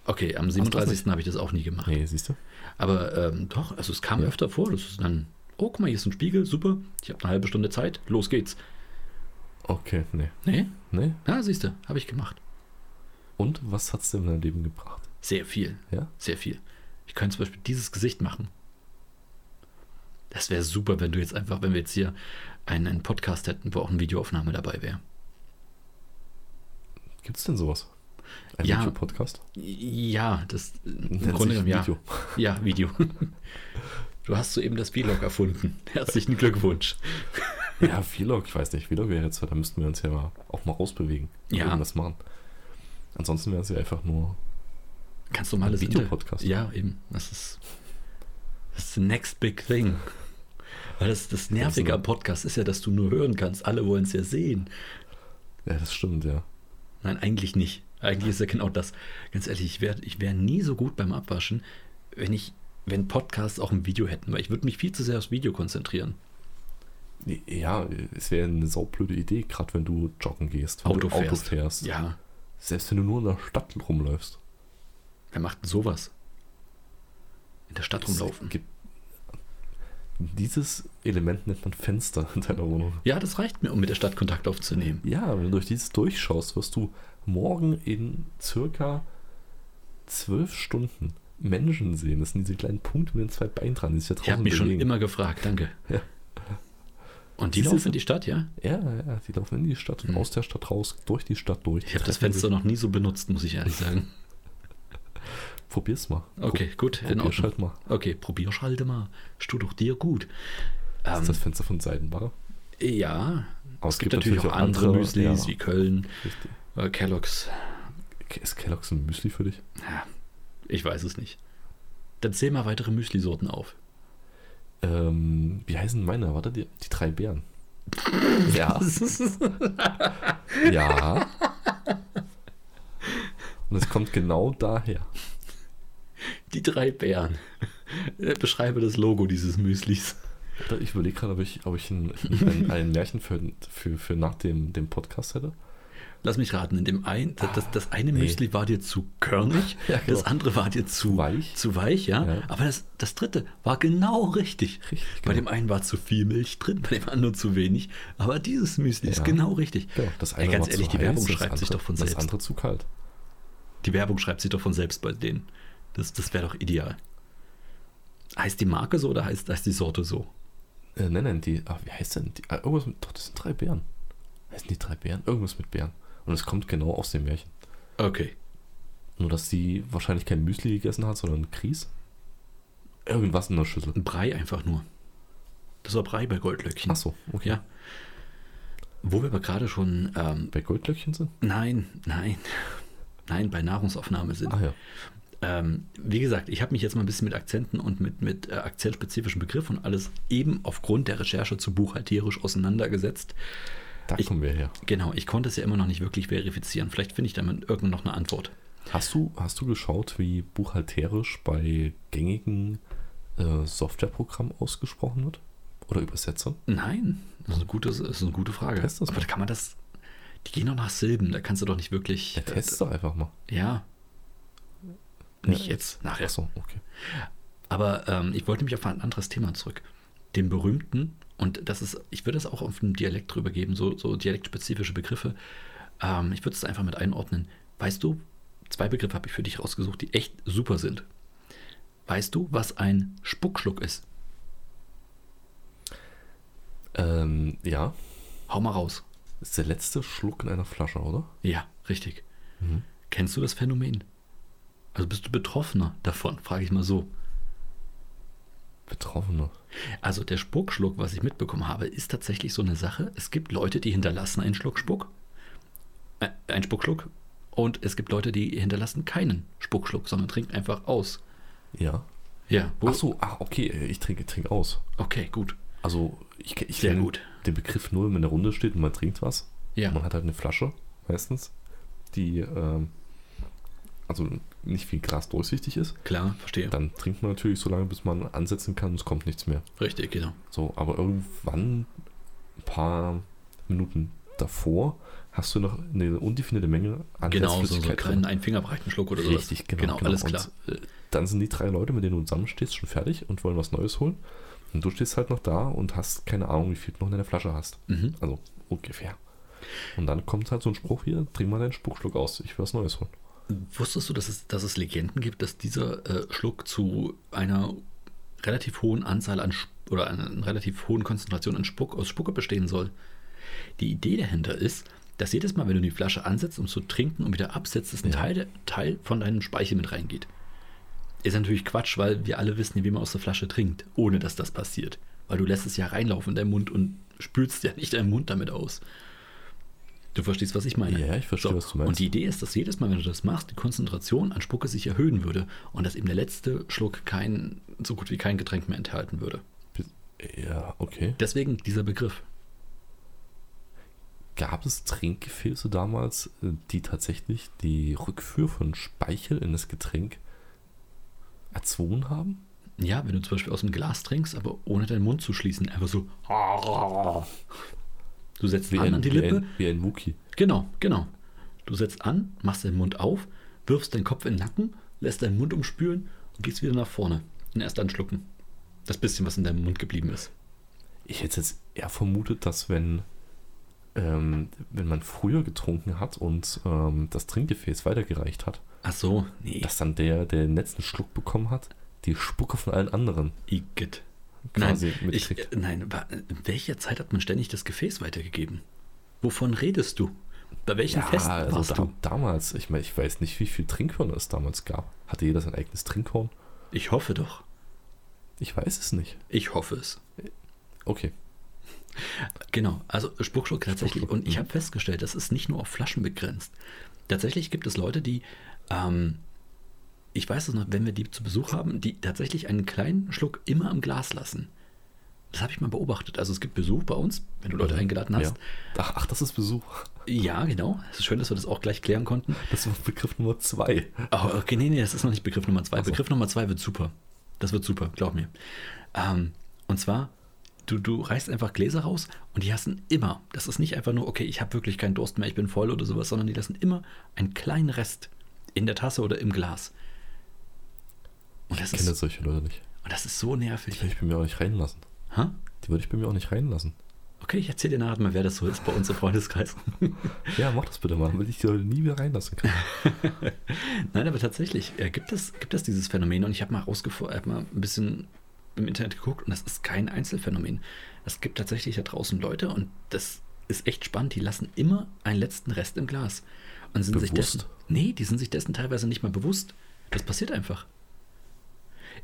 Speaker 1: Okay, am
Speaker 2: du das
Speaker 1: 37. habe ich das auch nie gemacht.
Speaker 2: Nee, siehst du?
Speaker 1: Aber ähm, doch, also es kam öfter vor. Das ist dann, oh, guck mal, hier ist ein Spiegel, super, ich habe eine halbe Stunde Zeit, los geht's.
Speaker 2: Okay, nee.
Speaker 1: Nee,
Speaker 2: Nee.
Speaker 1: ja, siehst du, habe ich gemacht.
Speaker 2: Und was hat's denn in deinem Leben gebracht?
Speaker 1: Sehr viel,
Speaker 2: Ja?
Speaker 1: sehr viel. Ich könnte zum Beispiel dieses Gesicht machen. Das wäre super, wenn du jetzt einfach, wenn wir jetzt hier einen, einen Podcast hätten, wo auch eine Videoaufnahme dabei wäre.
Speaker 2: Gibt's denn sowas? Ein
Speaker 1: Ja.
Speaker 2: YouTube-Podcast?
Speaker 1: Ja, das im
Speaker 2: Nennt
Speaker 1: Grunde
Speaker 2: sich
Speaker 1: genommen, ja.
Speaker 2: Video.
Speaker 1: Ja, Video. Du hast soeben das Vlog erfunden. Herzlichen Glückwunsch.
Speaker 2: Ja, Vlog, ich weiß nicht, Vlog wäre jetzt, da müssten wir uns ja mal, auch mal rausbewegen. und
Speaker 1: Ja.
Speaker 2: Irgendwas machen. Ansonsten wäre es ja einfach nur.
Speaker 1: Ganz normales
Speaker 2: Ein Videopodcast.
Speaker 1: Inter- Ja, eben. Das ist das ist the next big thing. Weil das, das Nervige am Podcast ist ja, dass du nur hören kannst. Alle wollen es ja sehen.
Speaker 2: Ja, das stimmt, ja.
Speaker 1: Nein, eigentlich nicht. Eigentlich ist ja genau das. Ganz ehrlich, ich wäre ich wär nie so gut beim Abwaschen, wenn ich, wenn Podcasts auch ein Video hätten, weil ich würde mich viel zu sehr aufs Video konzentrieren.
Speaker 2: Ja, es wäre eine saublöde Idee, gerade wenn du joggen gehst, wenn du Auto fährst.
Speaker 1: Ja.
Speaker 2: Selbst wenn du nur in der Stadt rumläufst.
Speaker 1: Wer macht denn sowas? In der Stadt rumlaufen.
Speaker 2: Es gibt, Dieses Element nennt man Fenster in deiner Wohnung.
Speaker 1: Ja, das reicht mir, um mit der Stadt Kontakt aufzunehmen.
Speaker 2: Ja, wenn du durch dieses durchschaust, wirst du morgen in circa zwölf Stunden Menschen sehen. Das sind diese kleinen Punkte mit den zwei Beinen dran, die sich da
Speaker 1: Ich habe
Speaker 2: draußen
Speaker 1: mich schon
Speaker 2: bewegen.
Speaker 1: immer gefragt, danke.
Speaker 2: Ja.
Speaker 1: Und die
Speaker 2: Siehst du,
Speaker 1: laufen in die Stadt, ja?
Speaker 2: ja, ja, die laufen in die Stadt und
Speaker 1: Mhm.
Speaker 2: aus der Stadt raus, durch die Stadt durch.
Speaker 1: Ich habe das
Speaker 2: Treffen sich.
Speaker 1: Fenster noch nie so benutzt, muss ich ehrlich sagen.
Speaker 2: Probier's mal.
Speaker 1: Okay, gut,
Speaker 2: Pro-
Speaker 1: in
Speaker 2: Probier's
Speaker 1: Ordnung.
Speaker 2: halt mal.
Speaker 1: Okay, probier schalte mal. Stu doch dir gut.
Speaker 2: Das
Speaker 1: Ähm,
Speaker 2: ist das Fenster von Seidenbacher.
Speaker 1: ja,
Speaker 2: Aber
Speaker 1: es gibt, natürlich auch andere, Müslis wie Köln,
Speaker 2: richtig.
Speaker 1: äh, Kellogg's.
Speaker 2: Ist Kellogg's ein Müsli für dich?
Speaker 1: Ja, ich weiß es nicht. Dann zähl mal weitere Müsli-Sorten auf.
Speaker 2: Ähm, wie heißen meine? Warte, die, die drei Bären. ja. Ja. Und es kommt genau daher.
Speaker 1: Die drei Bären. Äh, Beschreibe das Logo dieses Müslis.
Speaker 2: Warte, Ich überlege gerade, ob ich, ob ich ein, ein, ein Märchen für, für, für nach dem, dem Podcast hätte.
Speaker 1: Lass mich raten, in dem ein, das, das, das eine
Speaker 2: Ah, Nee.
Speaker 1: Müsli war dir zu körnig,
Speaker 2: Ja, genau.
Speaker 1: das andere war dir zu
Speaker 2: Weich.
Speaker 1: Zu weich, ja.
Speaker 2: Ja.
Speaker 1: Aber das, das dritte war genau richtig.
Speaker 2: Richtig,
Speaker 1: Bei
Speaker 2: genau.
Speaker 1: dem einen war zu viel Milch drin, bei dem anderen zu wenig. Aber dieses Müsli ist
Speaker 2: Ja.
Speaker 1: genau richtig.
Speaker 2: Genau, das
Speaker 1: Ey, ganz
Speaker 2: war
Speaker 1: ehrlich,
Speaker 2: zu
Speaker 1: die Werbung
Speaker 2: heiß, das
Speaker 1: schreibt sich
Speaker 2: andere-
Speaker 1: doch von
Speaker 2: Das
Speaker 1: selbst.
Speaker 2: andere zu kalt.
Speaker 1: Die Werbung schreibt sich doch von selbst bei denen. Das, das wäre doch ideal. Heißt die Marke so oder heißt, heißt die Sorte so?
Speaker 2: Äh, nein, nein, die. Ah, wie heißt denn? Die, ah, irgendwas mit, doch, das sind drei Bären. Heißen die drei Bären? Irgendwas mit Bären. Und es kommt genau aus dem Märchen.
Speaker 1: Okay.
Speaker 2: Nur, dass sie wahrscheinlich kein Müsli gegessen hat, sondern Kries. Irgendwas in der Schüssel.
Speaker 1: Ein Brei einfach nur. Das war Brei bei Goldlöckchen.
Speaker 2: Achso, okay.
Speaker 1: Ja. Wo wir aber gerade schon, ähm,
Speaker 2: Bei Goldlöckchen sind?
Speaker 1: nein, nein, nein, bei Nahrungsaufnahme sind.
Speaker 2: Ah ja.
Speaker 1: Ähm, wie gesagt, ich habe mich jetzt mal ein bisschen mit Akzenten und mit, mit äh, akzentspezifischen Begriffen und alles eben aufgrund der Recherche zu buchhalterisch auseinandergesetzt.
Speaker 2: Da
Speaker 1: Ich-
Speaker 2: kommen wir her.
Speaker 1: Genau, ich konnte es ja immer noch nicht wirklich verifizieren. Vielleicht finde ich damit irgendwann noch eine Antwort.
Speaker 2: Hast du, hast du geschaut, wie buchhalterisch bei gängigen äh, Softwareprogrammen ausgesprochen wird? Oder Übersetzern?
Speaker 1: Nein, das ist eine gute, das ist eine gute Frage.
Speaker 2: Test das
Speaker 1: Aber
Speaker 2: mal.
Speaker 1: da kann man das. Die gehen doch nach Silben, da kannst du doch nicht wirklich.
Speaker 2: Ja, test doch einfach mal.
Speaker 1: Äh, ja. Nicht
Speaker 2: Ja.
Speaker 1: jetzt, nachher.
Speaker 2: Achso, okay.
Speaker 1: Aber ähm, ich wollte mich auf ein anderes Thema zurück. Den berühmten, und das ist, ich würde es auch auf den Dialekt rübergeben, so, so dialektspezifische Begriffe. Ähm, ich würde es einfach mit einordnen. Weißt du, zwei Begriffe habe ich für dich rausgesucht, die echt super sind. Weißt du, was ein Spuckschluck ist?
Speaker 2: Ähm, ja.
Speaker 1: Hau mal raus.
Speaker 2: Ist der letzte Schluck in einer Flasche, oder?
Speaker 1: Ja, richtig.
Speaker 2: Mhm.
Speaker 1: Kennst du das Phänomen? Also bist du Betroffener davon, frage ich mal so.
Speaker 2: Betroffene.
Speaker 1: Also der Spuckschluck, was ich mitbekommen habe, ist tatsächlich so eine Sache. Es gibt Leute, die hinterlassen einen Schluck Spuck. Äh, einen Spuckschluck. Und es gibt Leute, die hinterlassen keinen Spuckschluck, sondern trinken einfach aus.
Speaker 2: Ja.
Speaker 1: Ja, wo?
Speaker 2: Ach so, ah, okay, ich trinke, trinke aus.
Speaker 1: Okay, gut.
Speaker 2: Also, ich, ke- ich
Speaker 1: Sehr
Speaker 2: kenne
Speaker 1: gut.
Speaker 2: den Begriff nur, wenn man in der Runde steht und man trinkt was.
Speaker 1: Ja.
Speaker 2: Man hat halt eine Flasche, meistens, die, ähm, also nicht viel Glas durchsichtig ist.
Speaker 1: Klar, verstehe.
Speaker 2: Dann trinkt man natürlich so lange, bis man ansetzen kann und es kommt nichts mehr.
Speaker 1: Richtig, genau.
Speaker 2: So, aber irgendwann, ein paar Minuten davor, hast du noch eine undefinierte Menge an
Speaker 1: Genau, so, so
Speaker 2: Restflüssigkeit
Speaker 1: keinen
Speaker 2: drin.
Speaker 1: einen fingerbreiten Schluck oder so.
Speaker 2: Richtig, genau.
Speaker 1: Genau, alles klar.
Speaker 2: Und, äh, dann sind die drei Leute, mit denen du zusammenstehst, schon fertig und wollen was Neues holen. Und du stehst halt noch da und hast keine Ahnung, wie viel du noch in deiner Flasche hast.
Speaker 1: Mhm.
Speaker 2: Also ungefähr. Und dann kommt halt so ein Spruch hier, trink mal deinen Spuckschluck aus, ich will was Neues holen.
Speaker 1: Wusstest du, dass es, dass es Legenden gibt, dass dieser äh, Schluck zu einer relativ hohen Anzahl an Sp- oder einer, relativ hohen Konzentration an Spuck aus Spucke bestehen soll? Die Idee dahinter ist, dass jedes Mal, wenn du die Flasche ansetzt, um zu trinken und wieder absetzt, dass ein Teil, der- Teil von deinem Speichel mit reingeht. Ist natürlich Quatsch, weil wir alle wissen ja, wie man aus der Flasche trinkt, ohne dass das passiert. Weil du lässt es ja reinlaufen in deinen Mund und spülst ja nicht deinen Mund damit aus. Du verstehst, was ich meine.
Speaker 2: Ja, ich verstehe, was du meinst.
Speaker 1: Und die Idee ist, dass jedes Mal, wenn du das machst, die Konzentration an Spucke sich erhöhen würde und dass eben der letzte Schluck kein, so gut wie kein Getränk mehr enthalten würde.
Speaker 2: Bis- Ja, okay.
Speaker 1: Deswegen dieser Begriff.
Speaker 2: Gab es Trinkgefäße damals, äh, die tatsächlich die Rückführ von Speichel in das Getränk erzwungen haben?
Speaker 1: Ja, wenn du zum Beispiel aus dem Glas trinkst, aber ohne deinen Mund zu schließen, einfach so. Du setzt an an die
Speaker 2: wie,
Speaker 1: Lippe.
Speaker 2: ein, wie ein Wookie.
Speaker 1: Genau, genau. Du setzt an, machst deinen Mund auf, wirfst deinen Kopf in den Nacken, lässt deinen Mund umspülen und gehst wieder nach vorne und erst dann schlucken. Das bisschen, was in deinem Mund geblieben ist.
Speaker 2: Ich hätte jetzt eher vermutet, dass wenn, ähm, wenn man früher getrunken hat und ähm, das Trinkgefäß weitergereicht hat,
Speaker 1: Ach so, nee.
Speaker 2: dass dann der, der den letzten Schluck bekommen hat, die Spucke von allen anderen
Speaker 1: Igitt. Nein,
Speaker 2: quasi
Speaker 1: ich,
Speaker 2: mitkriegt.
Speaker 1: äh, nein, wa- in welcher Zeit hat man ständig das Gefäß weitergegeben? Wovon redest du? Bei welchem Fest warst
Speaker 2: also da,
Speaker 1: du?
Speaker 2: damals, ich meine, ich weiß nicht, wie viel Trinkhörner es damals gab. Hatte jeder sein eigenes Trinkhorn?
Speaker 1: Ich hoffe doch.
Speaker 2: Ich weiß es nicht.
Speaker 1: Ich hoffe es.
Speaker 2: Okay.
Speaker 1: Genau, also Spuckschluck tatsächlich.
Speaker 2: Spuckschluck,
Speaker 1: Und ich
Speaker 2: mhm.
Speaker 1: habe festgestellt, das ist nicht nur auf Flaschen begrenzt. Tatsächlich gibt es Leute, die, ähm, ich weiß es noch, wenn wir die zu Besuch haben, die tatsächlich einen kleinen Schluck immer im Glas lassen. Das habe ich mal beobachtet. Also es gibt Besuch bei uns, wenn du Leute eingeladen hast.
Speaker 2: Mhm. Ja. Ach, ach, das ist Besuch.
Speaker 1: Ja, genau. Es ist schön, dass wir das auch gleich klären konnten.
Speaker 2: Das war Begriff Nummer zwei.
Speaker 1: Oh, okay, nee, nee, das ist noch nicht Begriff Nummer zwei.
Speaker 2: Ach so.
Speaker 1: Begriff Nummer zwei wird super. Das wird super, glaub mir. Ähm, und zwar, du, du reißt einfach Gläser raus und die lassen immer, das ist nicht einfach nur, okay, ich habe wirklich keinen Durst mehr, ich bin voll oder sowas, sondern die lassen immer einen kleinen Rest in der Tasse oder im Glas. Und das,
Speaker 2: Ich kenne
Speaker 1: ist,
Speaker 2: solche Leute nicht.
Speaker 1: und das ist so
Speaker 2: Die
Speaker 1: nervig.
Speaker 2: würde ich bei mir auch nicht reinlassen.
Speaker 1: Hä?
Speaker 2: Die würde ich bei mir auch nicht reinlassen.
Speaker 1: Okay, ich erzähle dir nachher mal, wer das so ist bei uns im Freundeskreis.
Speaker 2: Ja, mach das bitte mal, damit ich die Leute nie wieder reinlassen kann.
Speaker 1: Nein, aber tatsächlich äh, gibt, es, gibt es dieses Phänomen und ich habe mal rausgefunden, hab mal ein bisschen im Internet geguckt und das ist kein Einzelfänomen. Es gibt tatsächlich da draußen Leute und das ist echt spannend, die lassen immer einen letzten Rest im Glas. Und sind sich
Speaker 2: Bewusst?
Speaker 1: dessen. Nee, die sind sich dessen teilweise nicht mal bewusst. Das passiert einfach.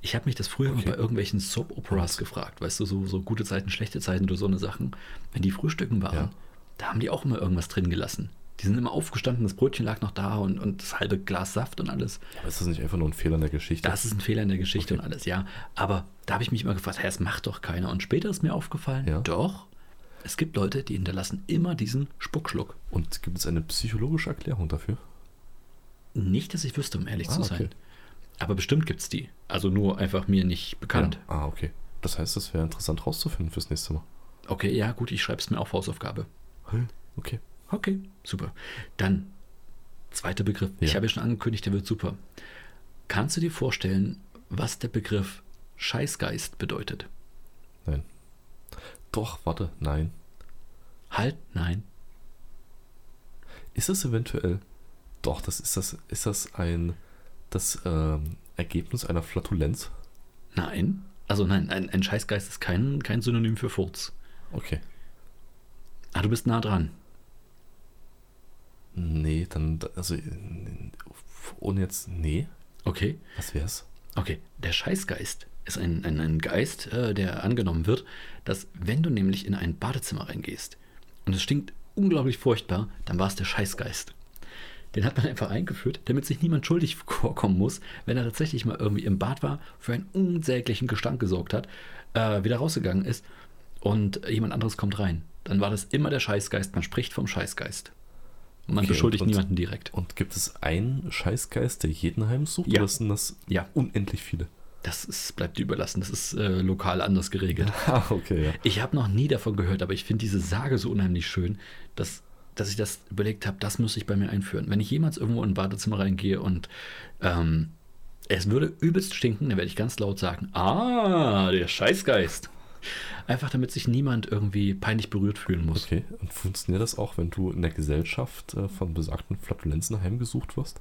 Speaker 1: Ich habe mich das früher immer
Speaker 2: Okay.
Speaker 1: bei irgendwelchen Soap-Operas gefragt, weißt du, so, so gute Zeiten, schlechte Zeiten oder so eine Sachen. Wenn die frühstücken waren,
Speaker 2: Ja.
Speaker 1: da haben die auch immer irgendwas drin gelassen. Die sind immer aufgestanden, das Brötchen lag noch da und, und das halbe Glas Saft und alles.
Speaker 2: Aber ist das nicht einfach nur ein Fehler in der Geschichte?
Speaker 1: Das ist ein Fehler in der Geschichte und alles, ja. Aber da habe ich mich immer gefragt, hä, es macht doch keiner. Und später ist mir aufgefallen,
Speaker 2: Ja.
Speaker 1: doch, es gibt Leute, die hinterlassen immer diesen Spuckschluck.
Speaker 2: Und gibt es eine psychologische Erklärung dafür?
Speaker 1: Nicht, dass ich wüsste, um ehrlich
Speaker 2: Ah,
Speaker 1: zu
Speaker 2: okay.
Speaker 1: sein. Aber bestimmt gibt es die. Also nur einfach mir nicht bekannt.
Speaker 2: Ja. Ah, okay. Das heißt, das wäre interessant rauszufinden fürs nächste Mal.
Speaker 1: Okay, ja, gut, ich schreibe es mir auf Hausaufgabe.
Speaker 2: Okay.
Speaker 1: Okay, super. Dann zweiter Begriff.
Speaker 2: Ja.
Speaker 1: Ich habe ja schon angekündigt, der wird super. Kannst du dir vorstellen, was der Begriff Scheißgeist bedeutet?
Speaker 2: Nein. Doch, warte, nein.
Speaker 1: Halt, nein.
Speaker 2: Ist das eventuell. Doch, das ist das. Ist das ein. Das ähm, Ergebnis einer Flatulenz?
Speaker 1: Nein. Also nein, ein, ein Scheißgeist ist kein, kein Synonym für Furz.
Speaker 2: Okay.
Speaker 1: Ah, du bist nah dran.
Speaker 2: Nee, dann. Also. n- Ohne jetzt. Nee.
Speaker 1: Okay.
Speaker 2: Was wär's?
Speaker 1: Okay, der Scheißgeist ist ein, ein, ein Geist, äh, der angenommen wird, dass wenn du nämlich in ein Badezimmer reingehst und es stinkt unglaublich furchtbar, dann war es der Scheißgeist. Den hat man einfach eingeführt, damit sich niemand schuldig vorkommen muss, wenn er tatsächlich mal irgendwie im Bad war, für einen unsäglichen Gestank gesorgt hat, äh, wieder rausgegangen ist und jemand anderes kommt rein. Dann war das immer der Scheißgeist. Man spricht vom Scheißgeist. Und man
Speaker 2: Okay,
Speaker 1: beschuldigt
Speaker 2: und-
Speaker 1: niemanden direkt.
Speaker 2: Und gibt es einen Scheißgeist, der jeden heimsucht?
Speaker 1: Ja.
Speaker 2: Oder sind das
Speaker 1: Ja.
Speaker 2: unendlich viele?
Speaker 1: Das ist, bleibt dir überlassen. Das ist äh, lokal anders geregelt.
Speaker 2: Ah, okay, ja.
Speaker 1: Ich habe noch nie davon gehört, aber ich finde diese Sage so unheimlich schön, dass, dass ich das überlegt habe, das müsste ich bei mir einführen. Wenn ich jemals irgendwo in ein Badezimmer reingehe und ähm, es würde übelst stinken, dann werde ich ganz laut sagen, ah, der Scheißgeist. Einfach damit sich niemand irgendwie peinlich berührt fühlen muss.
Speaker 2: Okay, und funktioniert das auch, wenn du in der Gesellschaft äh, von besagten Flatulenzen heimgesucht wirst?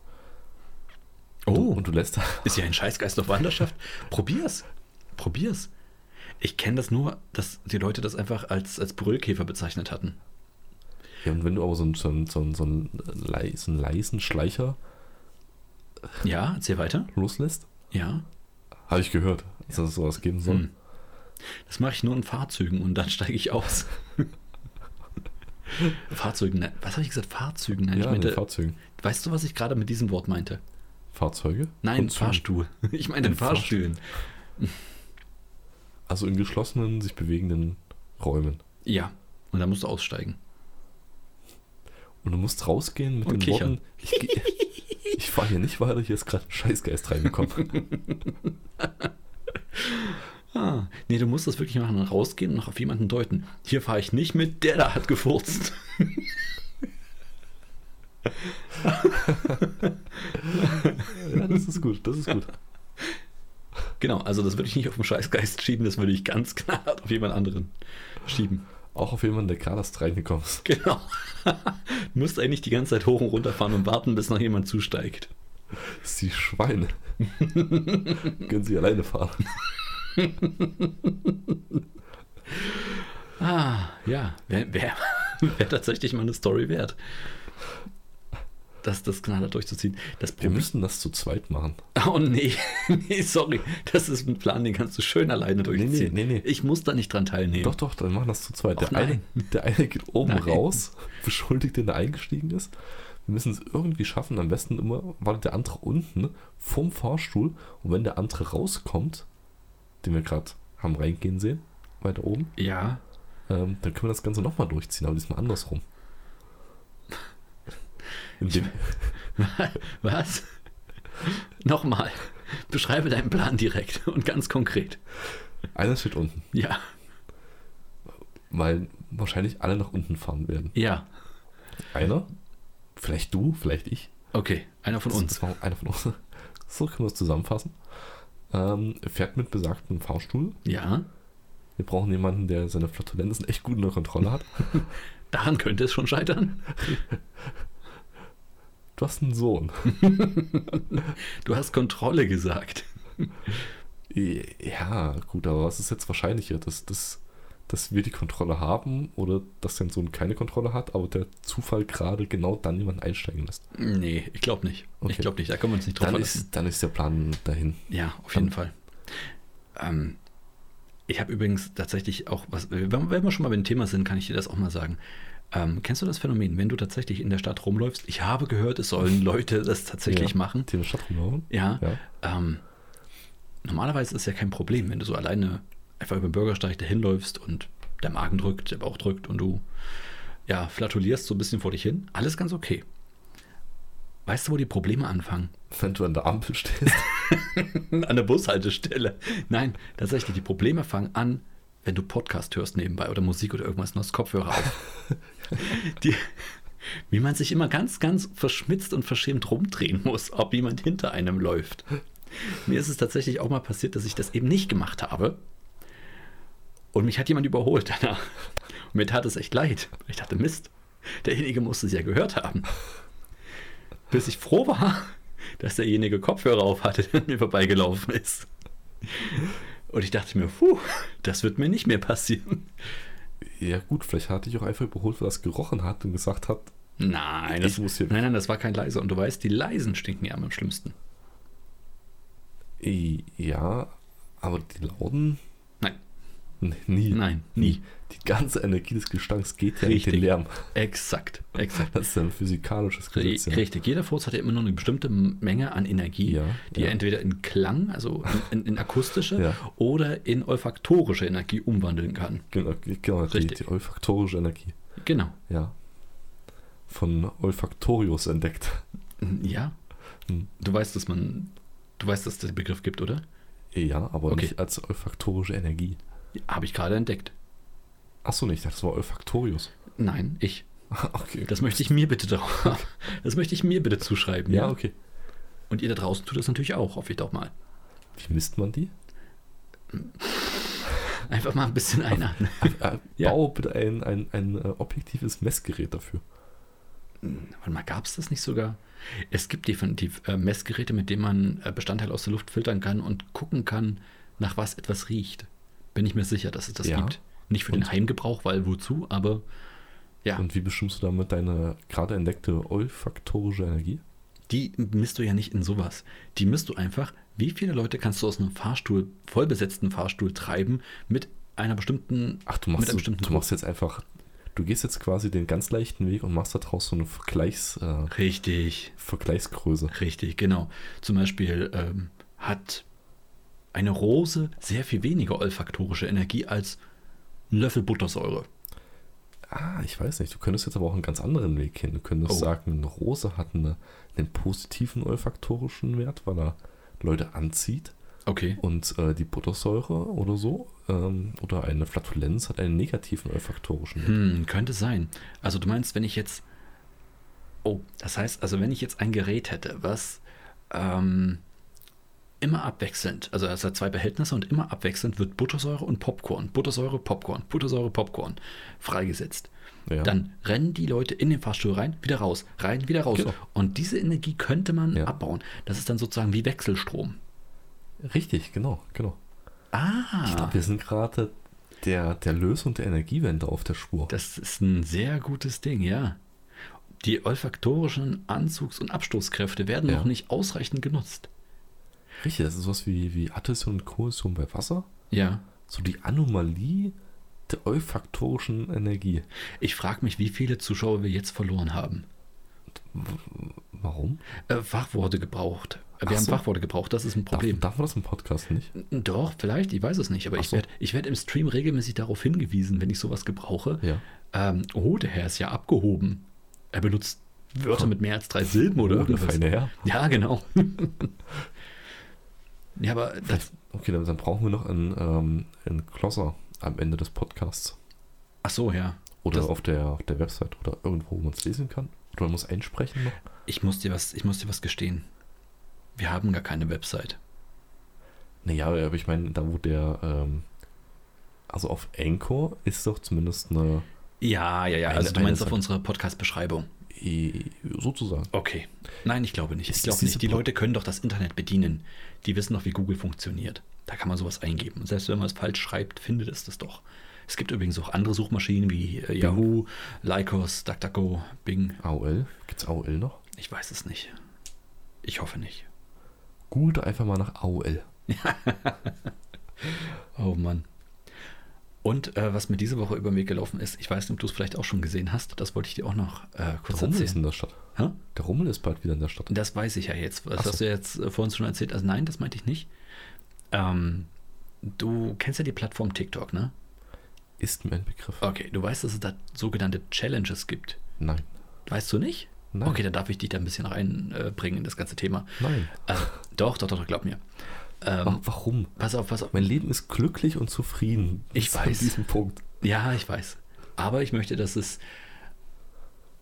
Speaker 2: Du,
Speaker 1: Oh.
Speaker 2: und du lässt
Speaker 1: Ist ja ein Scheißgeist auf Wanderschaft. Probier's. Probier's. Ich kenne das nur, dass die Leute das einfach als, als Brüllkäfer bezeichnet hatten.
Speaker 2: Ja, und wenn du aber so einen, so einen, so einen, so einen, leisen, leisen Schleicher
Speaker 1: Ja, erzähl weiter.
Speaker 2: loslässt,
Speaker 1: Ja.
Speaker 2: habe ich gehört, dass es sowas geben soll.
Speaker 1: Hm. Das mache ich nur in Fahrzeugen und dann steige ich aus. Fahrzeugen, nein. Was habe ich gesagt? Fahrzeugen, nein.
Speaker 2: Ja,
Speaker 1: ich
Speaker 2: in den
Speaker 1: meinte,
Speaker 2: Fahrzeugen.
Speaker 1: weißt du, was ich gerade mit diesem Wort meinte?
Speaker 2: Fahrzeuge?
Speaker 1: Nein,
Speaker 2: Und Zügen.
Speaker 1: Fahrstuhl. Ich meine in
Speaker 2: In
Speaker 1: Fahrstühlen.
Speaker 2: Also in geschlossenen, sich bewegenden Räumen.
Speaker 1: Ja. Und dann musst du aussteigen.
Speaker 2: Und du musst rausgehen mit
Speaker 1: Und
Speaker 2: den
Speaker 1: kichern.
Speaker 2: Worten, ich, geh- ich fahre hier nicht weiter, hier ist gerade ein Scheißgeist reingekommen.
Speaker 1: Ah, nee, du musst das wirklich machen und rausgehen und noch auf jemanden deuten. Hier fahre ich nicht mit, der da hat gefurzt.
Speaker 2: ja, das ist gut, das ist gut.
Speaker 1: Genau, also das würde ich nicht auf den Scheißgeist schieben, das würde ich ganz knallhart auf jemand anderen schieben.
Speaker 2: Auch auf jemanden, der gerade erst reingekommen ist.
Speaker 1: Genau. du musst eigentlich die ganze Zeit hoch und runter fahren und warten, bis noch jemand zusteigt.
Speaker 2: Sie Schweine. Können Sie alleine fahren.
Speaker 1: Ah, ja, wäre wär, wär tatsächlich mal eine Story wert. Das, das knallhart durchzuziehen. Das
Speaker 2: Wir
Speaker 1: Problem,
Speaker 2: müssen das zu zweit machen.
Speaker 1: Oh nee, nee, sorry. Das ist ein Plan, den kannst du schön alleine durchziehen.
Speaker 2: nee, nee.
Speaker 1: Ich muss da nicht dran teilnehmen.
Speaker 2: Doch, doch, dann machen das zu zweit.
Speaker 1: Och,
Speaker 2: Der eine, der eine geht oben
Speaker 1: Nein.
Speaker 2: raus, beschuldigt den, der eingestiegen ist. Wir müssen es irgendwie schaffen. Am besten immer wartet der andere unten vom Fahrstuhl und wenn der andere rauskommt, den wir gerade haben reingehen sehen, weiter oben,
Speaker 1: Ja,
Speaker 2: ähm, dann können wir das Ganze nochmal durchziehen, aber diesmal andersrum. Indem,
Speaker 1: was? Nochmal. Beschreibe deinen Plan direkt und ganz konkret.
Speaker 2: einer steht unten,
Speaker 1: Ja,
Speaker 2: weil wahrscheinlich alle nach unten fahren werden.
Speaker 1: ja.
Speaker 2: Einer, vielleicht du, vielleicht ich,
Speaker 1: Okay, einer von
Speaker 2: Das-
Speaker 1: uns.
Speaker 2: Das war einer von uns. So können wir es zusammenfassen. Ähm, fährt mit besagtem Fahrstuhl.
Speaker 1: Ja,
Speaker 2: Wir brauchen jemanden, der seine Flatulenzen echt gut unter Kontrolle hat.
Speaker 1: daran könnte es schon scheitern.
Speaker 2: Du hast einen Sohn.
Speaker 1: Du hast Kontrolle gesagt.
Speaker 2: Ja, gut, aber was ist jetzt wahrscheinlicher? Dass, dass, dass wir die Kontrolle haben oder dass dein Sohn keine Kontrolle hat, aber der Zufall gerade genau dann jemanden einsteigen lässt?
Speaker 1: Nee, ich glaube nicht. Ich
Speaker 2: Okay.
Speaker 1: glaube nicht, da können wir uns nicht drauf
Speaker 2: Dann
Speaker 1: verlassen.
Speaker 2: ist, dann ist der Plan dahin.
Speaker 1: Ja, auf jeden Fall. Ähm, ich habe übrigens tatsächlich auch was, wenn, wenn wir schon mal beim Thema sind, kann ich dir das auch mal sagen. Ähm, kennst du das Phänomen, wenn du tatsächlich in der Stadt rumläufst? Ich habe gehört, es sollen Leute das tatsächlich
Speaker 2: Ja.
Speaker 1: machen.
Speaker 2: Thema Stadt rumlaufen?
Speaker 1: Ja.
Speaker 2: Ja.
Speaker 1: Ähm, normalerweise ist ja kein Problem, wenn du so alleine einfach über den Bürgersteig dahinläufst und der Magen drückt, der Bauch drückt und du ja flatulierst so ein bisschen vor dich hin. Alles ganz okay. Weißt du, wo die Probleme anfangen?
Speaker 2: Wenn du an der Ampel stehst.
Speaker 1: an der Bushaltestelle. Nein, tatsächlich, die Probleme fangen an, wenn du Podcast hörst nebenbei oder Musik oder irgendwas, nur das Kopfhörer auf. Die, wie man sich immer ganz, ganz verschmitzt und verschämt rumdrehen muss, ob jemand hinter einem läuft. Mir ist es tatsächlich auch mal passiert, dass ich das eben nicht gemacht habe. Und mich hat jemand überholt danach. Und mir tat es echt leid. Ich dachte, Mist, derjenige muss es ja gehört haben. Bis ich froh war, dass derjenige Kopfhörer auf hatte, der an mir vorbeigelaufen ist. Und ich dachte mir, puh, das wird mir nicht mehr passieren.
Speaker 2: ja, gut, vielleicht hatte ich auch einfach überholt, weil er es gerochen hat und gesagt hat,
Speaker 1: Nein, das,
Speaker 2: Ich muss hier-
Speaker 1: nein, nein, das war kein leiser. Und du weißt, die leisen stinken ja am schlimmsten.
Speaker 2: I- Ja, aber die Lauten?
Speaker 1: Nein.
Speaker 2: N- Nie.
Speaker 1: Nein, nie.
Speaker 2: Die ganze Energie des Gestanks geht ja
Speaker 1: Richtig.
Speaker 2: in den Lärm.
Speaker 1: Exakt, exakt.
Speaker 2: Das ist ein physikalisches Gesetz. ja.
Speaker 1: Richtig, jeder Furz hat ja immer nur eine bestimmte Menge an Energie,
Speaker 2: Ja,
Speaker 1: die
Speaker 2: ja.
Speaker 1: er entweder in Klang, also in, in, in akustische
Speaker 2: Ja.
Speaker 1: oder in olfaktorische Energie umwandeln kann.
Speaker 2: Genau, genau die,
Speaker 1: Richtig.
Speaker 2: die olfaktorische Energie.
Speaker 1: Genau.
Speaker 2: Ja. Von Olfaktorius entdeckt. Mhm.
Speaker 1: Ja.
Speaker 2: Hm.
Speaker 1: Du weißt, dass man, du weißt, dass es den Begriff gibt, oder?
Speaker 2: Eh, Ja, aber
Speaker 1: Okay.
Speaker 2: nicht als olfaktorische Energie.
Speaker 1: Habe ich gerade entdeckt.
Speaker 2: Achso, nicht, das war Olfaktorius.
Speaker 1: Nein, ich.
Speaker 2: okay.
Speaker 1: Das möchte ich mir bitte drauf. Das möchte ich mir bitte zuschreiben.
Speaker 2: ja, okay.
Speaker 1: Und ihr da draußen tut das natürlich auch, hoffe ich doch mal.
Speaker 2: Wie misst man die?
Speaker 1: Einfach mal ein bisschen einatmen.
Speaker 2: Äh,
Speaker 1: Ja.
Speaker 2: Bau bitte ein, ein, ein äh, objektives Messgerät dafür.
Speaker 1: Hm, Warte mal, gab es das nicht sogar? Es gibt definitiv äh, Messgeräte, mit denen man äh, Bestandteile aus der Luft filtern kann und gucken kann, nach was etwas riecht. Bin ich mir sicher, dass es das
Speaker 2: Ja.
Speaker 1: gibt. Nicht für den
Speaker 2: Und-
Speaker 1: Heimgebrauch, weil wozu, aber ja,
Speaker 2: Und wie bestimmst du damit deine gerade entdeckte olfaktorische Energie?
Speaker 1: die misst du ja nicht in sowas. Die misst du einfach, wie viele Leute kannst du aus einem Fahrstuhl, vollbesetzten Fahrstuhl treiben mit einer bestimmten
Speaker 2: Ach, du
Speaker 1: Mit
Speaker 2: machst,
Speaker 1: einem
Speaker 2: so,
Speaker 1: bestimmten
Speaker 2: du machst jetzt einfach, du gehst jetzt quasi den ganz leichten Weg und machst daraus so eine Vergleichs, äh,
Speaker 1: Richtig,
Speaker 2: Vergleichsgröße.
Speaker 1: richtig, genau. Zum Beispiel ähm, hat eine Rose sehr viel weniger olfaktorische Energie als ein Löffel Buttersäure.
Speaker 2: Ah, ich weiß nicht, du könntest jetzt aber auch einen ganz anderen Weg gehen. Du könntest
Speaker 1: Oh.
Speaker 2: sagen, eine Rose hat eine, einen positiven olfaktorischen Wert, weil er Leute anzieht
Speaker 1: Okay.
Speaker 2: und äh, die Buttersäure oder so ähm, oder eine Flatulenz hat einen negativen olfaktorischen Wert.
Speaker 1: Hm, könnte sein. Also du meinst, wenn ich jetzt. Oh, das heißt, also wenn ich jetzt ein Gerät hätte, was ähm, immer abwechselnd, also es hat zwei Behältnisse und immer abwechselnd wird Buttersäure und Popcorn, Buttersäure, Popcorn, Buttersäure, Popcorn freigesetzt.
Speaker 2: Ja.
Speaker 1: Dann rennen die Leute in den Fahrstuhl rein, wieder raus, rein, wieder raus.
Speaker 2: Genau.
Speaker 1: Und diese Energie könnte man
Speaker 2: Ja.
Speaker 1: abbauen. Das ist dann sozusagen wie Wechselstrom.
Speaker 2: Richtig, genau, genau. Ich
Speaker 1: Ah,
Speaker 2: glaube, wir sind gerade der, der Lösung der Energiewende auf der Spur.
Speaker 1: das ist ein sehr gutes Ding, ja. Die olfaktorischen Anzugs- und Abstoßkräfte werden
Speaker 2: Ja.
Speaker 1: noch nicht ausreichend genutzt.
Speaker 2: Richtig, das ist was wie, wie Adhäsion und Kohäsion bei Wasser.
Speaker 1: Ja.
Speaker 2: So die Anomalie der olfaktorischen Energie.
Speaker 1: Ich frage mich, wie viele Zuschauer wir jetzt verloren haben.
Speaker 2: Warum?
Speaker 1: Äh, Fachworte gebraucht. Wir
Speaker 2: Ach
Speaker 1: haben
Speaker 2: so.
Speaker 1: Fachworte gebraucht, das ist ein
Speaker 2: Darf,
Speaker 1: Problem.
Speaker 2: darf man das im Podcast nicht?
Speaker 1: Doch, vielleicht, ich weiß es nicht, aber
Speaker 2: Ach
Speaker 1: ich
Speaker 2: so.
Speaker 1: werde ich werd im Stream regelmäßig darauf hingewiesen, wenn ich sowas gebrauche.
Speaker 2: Ja.
Speaker 1: Ähm, oh, der Herr ist ja abgehoben. Er benutzt Wörter mit mehr als drei Silben oder
Speaker 2: Oh, der
Speaker 1: irgendwas.
Speaker 2: feine Herr.
Speaker 1: Ja, genau. ja, aber das,
Speaker 2: Okay, dann, dann brauchen wir noch einen, ähm, einen Klosser am Ende des Podcasts.
Speaker 1: ach so, ja.
Speaker 2: Oder
Speaker 1: Das-
Speaker 2: auf der, auf der Website oder irgendwo, wo man es lesen kann. Oder man muss einsprechen noch.
Speaker 1: Ich muss dir was, ich muss dir was gestehen. Wir haben gar keine Website.
Speaker 2: Naja, aber ich meine, da wo der, ähm, also auf Anchor ist doch zumindest eine,
Speaker 1: Ja, ja, ja.
Speaker 2: Eine-
Speaker 1: Also du
Speaker 2: eine
Speaker 1: meinst auf
Speaker 2: Seite.
Speaker 1: unsere Podcast-Beschreibung.
Speaker 2: eh, sozusagen.
Speaker 1: Okay. Nein, ich glaube nicht. Ich
Speaker 2: Ist
Speaker 1: glaube
Speaker 2: diese
Speaker 1: nicht. Die
Speaker 2: Pro-
Speaker 1: Leute können doch das Internet bedienen. Die wissen doch, wie Google funktioniert. Da kann man sowas eingeben. Und selbst wenn man es falsch schreibt, findet es das doch. Es gibt übrigens auch andere Suchmaschinen wie äh, Yahoo, Lycos, DuckDuckGo, Bing.
Speaker 2: AOL? Gibt's AOL noch?
Speaker 1: Ich weiß es nicht. Ich hoffe nicht.
Speaker 2: Googelt einfach mal nach AOL.
Speaker 1: Oh Mann. Und äh, was mir diese Woche über den Weg gelaufen ist, ich weiß nicht, ob du es vielleicht auch schon gesehen hast, das wollte ich dir auch noch äh, kurz
Speaker 2: Der Rummel ist
Speaker 1: erzählen.
Speaker 2: in der Stadt.
Speaker 1: Hä?
Speaker 2: Der Rummel ist bald wieder in der Stadt.
Speaker 1: Das weiß ich ja jetzt. Das
Speaker 2: Ach so.
Speaker 1: hast du ja jetzt äh, vor uns schon erzählt. Also nein, das meinte ich nicht. Ähm, du kennst ja die Plattform TikTok, ne?
Speaker 2: Ist mir ein Begriff.
Speaker 1: Okay, du weißt, dass es da sogenannte Challenges gibt.
Speaker 2: Nein.
Speaker 1: Weißt du nicht?
Speaker 2: Nein.
Speaker 1: Okay, dann darf ich dich da ein bisschen reinbringen äh, bringen in das ganze Thema.
Speaker 2: Nein.
Speaker 1: Äh, doch, doch, doch, doch, glaub mir.
Speaker 2: Wa- Oh.
Speaker 1: Ähm,
Speaker 2: Warum?
Speaker 1: pass auf, pass auf.
Speaker 2: Mein Leben ist glücklich und zufrieden.
Speaker 1: Ich
Speaker 2: Bis an
Speaker 1: weiß.
Speaker 2: diesem Punkt.
Speaker 1: Ja, ich weiß. Aber ich möchte, dass es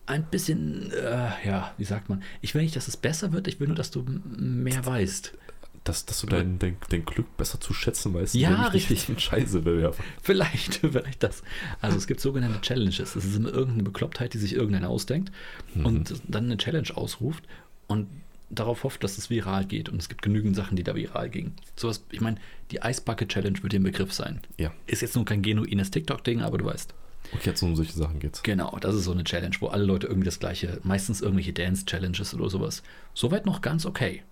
Speaker 1: ein bisschen, äh, ja, wie sagt man? Ich will nicht, dass es besser wird. Ich will nur, dass du m- mehr weißt.
Speaker 2: Dass, dass du dein, dein, dein Glück besser zu schätzen weißt,
Speaker 1: Ja,
Speaker 2: wenn ich dich
Speaker 1: richtig.
Speaker 2: mit Scheiße ne, bewerfe.
Speaker 1: Vielleicht, vielleicht das. Also es gibt sogenannte Challenges. Es ist immer irgendeine Beklopptheit, die sich irgendeiner ausdenkt
Speaker 2: Mhm.
Speaker 1: und dann eine Challenge ausruft und darauf hofft, dass es viral geht. Und es gibt genügend Sachen, die da viral gingen. Sowas, ich meine, die Eisbacke Challenge wird dir ein Begriff sein.
Speaker 2: Ja.
Speaker 1: Ist jetzt nun kein genuines TikTok-Ding, aber du weißt.
Speaker 2: Okay, jetzt um solche Sachen geht's.
Speaker 1: Genau, das ist so eine Challenge, wo alle Leute irgendwie das gleiche, meistens irgendwelche Dance-Challenges oder sowas. Soweit noch ganz okay.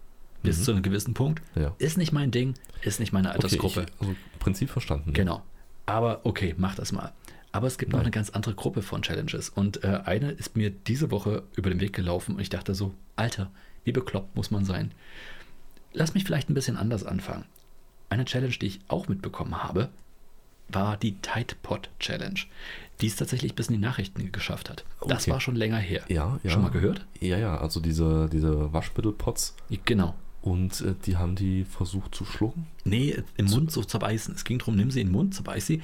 Speaker 1: Bis zu einem gewissen Punkt.
Speaker 2: Mhm. Ja.
Speaker 1: Ist nicht mein Ding, ist nicht meine
Speaker 2: Okay, ich,
Speaker 1: Altersgruppe.
Speaker 2: also Prinzip verstanden.
Speaker 1: Genau. Aber okay, mach das mal. Aber es gibt noch
Speaker 2: Nein.
Speaker 1: eine ganz andere Gruppe von Challenges. Und äh, eine ist mir diese Woche über den Weg gelaufen und ich dachte so, Alter, wie bekloppt muss man sein? Lass mich vielleicht ein bisschen anders anfangen. Eine Challenge, die ich auch mitbekommen habe, war die Tide Pod Challenge, die es tatsächlich bis in die Nachrichten geschafft hat. Das
Speaker 2: Okay.
Speaker 1: war schon länger her.
Speaker 2: Ja, ja.
Speaker 1: Schon mal gehört?
Speaker 2: Ja, ja, also diese, diese Waschmittelpots
Speaker 1: Genau.
Speaker 2: und äh, die haben die versucht zu schlucken.
Speaker 1: Nee, im Mund so zerbeißen. Es ging darum, nimm sie in den Mund, zerbeiß sie.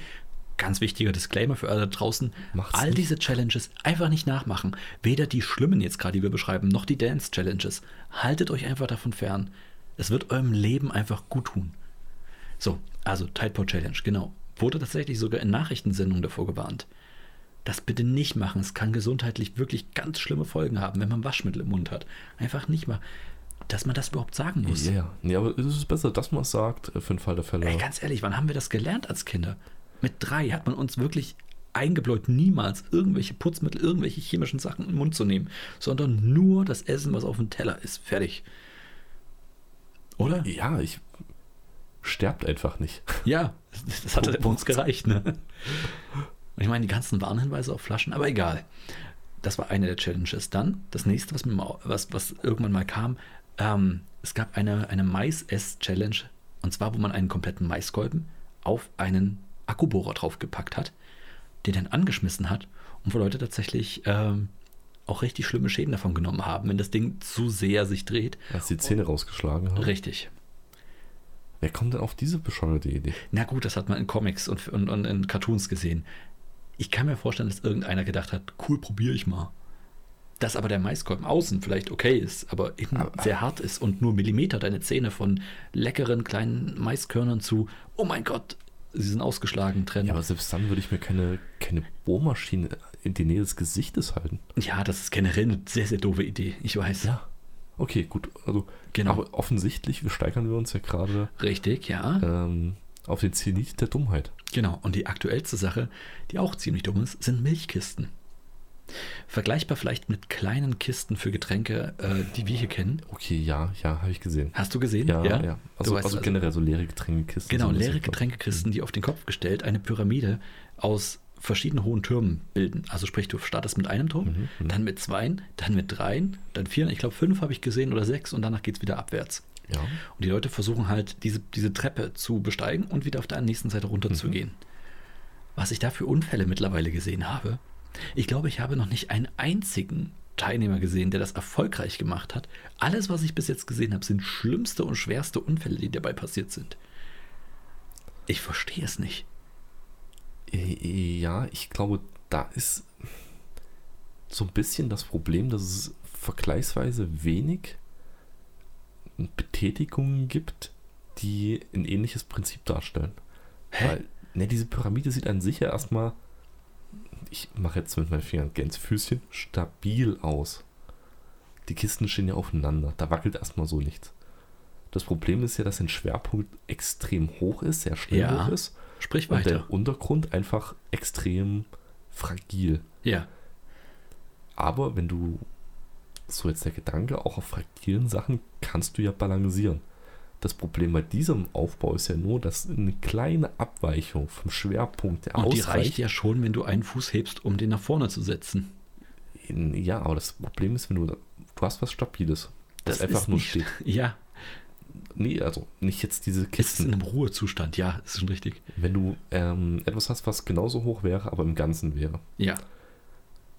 Speaker 1: Ganz wichtiger Disclaimer für alle da draußen.
Speaker 2: Macht's
Speaker 1: all
Speaker 2: nicht.
Speaker 1: diese Challenges einfach nicht nachmachen. Weder die schlimmen jetzt gerade, die wir beschreiben, noch die Dance-Challenges. Haltet euch einfach davon fern. Es wird eurem Leben einfach gut tun. So, also Tidepod Challenge, genau. Wurde tatsächlich sogar in Nachrichtensendungen davor gewarnt. Das bitte nicht machen. Es kann gesundheitlich wirklich ganz schlimme Folgen haben, wenn man Waschmittel im Mund hat. Einfach nicht mal, dass man das überhaupt sagen muss.
Speaker 2: Ja, ja. Nee, aber es ist besser, dass man es sagt, äh, für den Fall der Fälle.
Speaker 1: Ey, ganz ehrlich, wann haben wir das gelernt als Kinder? Mit drei hat man uns wirklich eingebläut, niemals irgendwelche Putzmittel, irgendwelche chemischen Sachen in den Mund zu nehmen, sondern nur das Essen, was auf dem Teller ist. Fertig. Oder?
Speaker 2: ja, ich. Sterbt einfach nicht.
Speaker 1: Ja, das hatte bei uns gereicht. Ne? Und ich meine, die ganzen Warnhinweise auf Flaschen, aber egal. Das war eine der Challenges. Dann das nächste, was, mir mal, was, was irgendwann mal kam, ähm, es gab eine, eine Mais-Ess-Challenge. Und zwar, wo man einen kompletten Maiskolben auf einen Akkubohrer draufgepackt hat, den dann angeschmissen hat und wo Leute tatsächlich ähm, auch richtig schlimme Schäden davon genommen haben, wenn das Ding zu sehr sich dreht.
Speaker 2: Als die Zähne rausgeschlagen haben.
Speaker 1: Richtig.
Speaker 2: Wer kommt denn auf diese bescheuerte Idee?
Speaker 1: Na gut, das hat man in Comics und, und, und in Cartoons gesehen. Ich kann mir vorstellen, dass irgendeiner gedacht hat, cool, probiere ich mal. Dass aber der Maiskolben außen vielleicht okay ist, aber innen
Speaker 2: Aber-
Speaker 1: sehr hart ist und nur Millimeter deine Zähne von leckeren kleinen Maiskörnern zu, oh mein Gott, sie sind ausgeschlagen trennen.
Speaker 2: Ja,
Speaker 1: Ja,
Speaker 2: aber selbst dann würde ich mir keine, keine Bohrmaschine in die Nähe des Gesichtes halten.
Speaker 1: das ist generell eine sehr, sehr doofe Idee, ich weiß.
Speaker 2: Ja. Okay, gut. Also,
Speaker 1: Genau.
Speaker 2: Aber offensichtlich steigern wir uns ja gerade
Speaker 1: Richtig, ja.
Speaker 2: ähm, auf den Zenit der Dummheit.
Speaker 1: Genau, und die aktuellste Sache, die auch ziemlich dumm ist, sind Milchkisten. Vergleichbar vielleicht mit kleinen Kisten für Getränke, äh, die wir hier kennen.
Speaker 2: Okay, ja, ja, habe ich gesehen.
Speaker 1: Hast du gesehen?
Speaker 2: Ja, ja.
Speaker 1: du weißt,
Speaker 2: Also, also
Speaker 1: also,
Speaker 2: generell so leere Getränkekisten.
Speaker 1: genau,
Speaker 2: so ein
Speaker 1: leere
Speaker 2: bisschen, glaub ich.
Speaker 1: Getränkekisten, die auf den Kopf gestellt eine Pyramide aus verschiedenen hohen Türmen bilden. Also sprich, du startest mit einem Turm,
Speaker 2: Mhm, mhm.
Speaker 1: dann mit zweien, dann mit dreien, dann vieren, ich glaube fünf habe ich gesehen oder sechs und danach geht es wieder abwärts.
Speaker 2: Ja.
Speaker 1: Und die Leute versuchen halt, diese, diese Treppe zu besteigen und wieder auf der nächsten Seite
Speaker 2: Mhm.
Speaker 1: runterzugehen. Was ich da für Unfälle mittlerweile gesehen habe, ich glaube, ich habe noch nicht einen einzigen Teilnehmer gesehen, der das erfolgreich gemacht hat. Alles, was ich bis jetzt gesehen habe, sind schlimmste und schwerste Unfälle, die dabei passiert sind. Ich verstehe es nicht.
Speaker 2: Äh, Ja, ich glaube, da ist so ein bisschen das Problem, dass es vergleichsweise wenig Betätigungen gibt, die ein ähnliches Prinzip darstellen.
Speaker 1: Hä?
Speaker 2: Weil, ne, diese Pyramide sieht an sich ja erstmal, ich mache jetzt mit meinen Fingern Gänsefüßchen, stabil aus. Die Kisten stehen ja aufeinander, da wackelt erstmal so nichts. Das Problem ist ja, dass ein Schwerpunkt extrem hoch ist, sehr schnell
Speaker 1: Ja.
Speaker 2: hoch ist
Speaker 1: Sprich
Speaker 2: und
Speaker 1: weiter.
Speaker 2: der Untergrund einfach extrem fragil.
Speaker 1: Ja,
Speaker 2: Aber wenn du, so jetzt der Gedanke, auch auf fragilen Sachen kannst du ja balancieren. Das Problem bei diesem Aufbau ist ja nur, dass eine kleine Abweichung vom Schwerpunkt der
Speaker 1: und die reicht
Speaker 2: ausreicht.
Speaker 1: ja schon, wenn du einen Fuß hebst, um den nach vorne zu setzen.
Speaker 2: In, ja, aber das Problem ist, wenn du, du hast was Stabiles, das,
Speaker 1: ist
Speaker 2: einfach nur
Speaker 1: nicht-
Speaker 2: steht.
Speaker 1: Ja,
Speaker 2: Nee, also nicht jetzt diese
Speaker 1: es ist in
Speaker 2: Kisten.
Speaker 1: einem Ruhezustand. Ja, ist schon richtig.
Speaker 2: Wenn du ähm, etwas hast, was genauso hoch wäre, aber im Ganzen wäre.
Speaker 1: Ja.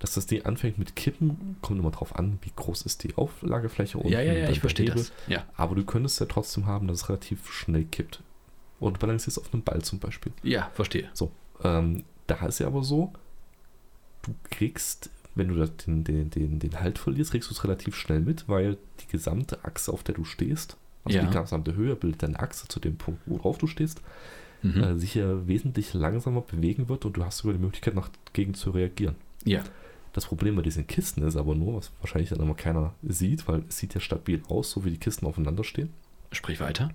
Speaker 2: dass das Ding anfängt mit Kippen, kommt immer drauf an, wie groß ist die Auflagefläche
Speaker 1: ja, ja,
Speaker 2: wie
Speaker 1: ja,
Speaker 2: dann
Speaker 1: ich verstehe
Speaker 2: Hebel.
Speaker 1: das. Ja,
Speaker 2: Aber du könntest ja trotzdem haben, dass es relativ schnell kippt. Und du balancierst auf einem Ball zum Beispiel.
Speaker 1: ja, verstehe.
Speaker 2: So, ähm, da ist ja aber so, du kriegst, wenn du da den, den, den, den Halt verlierst, kriegst du es relativ schnell mit, weil die gesamte Achse, auf der du stehst, also
Speaker 1: Ja.
Speaker 2: die gesamte Höhe bildet deine Achse zu dem Punkt, worauf du stehst,
Speaker 1: Mhm.
Speaker 2: äh, sich ja wesentlich langsamer bewegen wird und du hast sogar die Möglichkeit, nach, gegen zu reagieren.
Speaker 1: ja,
Speaker 2: Das Problem bei diesen Kisten ist aber nur, was wahrscheinlich dann immer keiner sieht, weil es sieht ja stabil aus, so wie die Kisten aufeinander stehen,
Speaker 1: sprich weiter.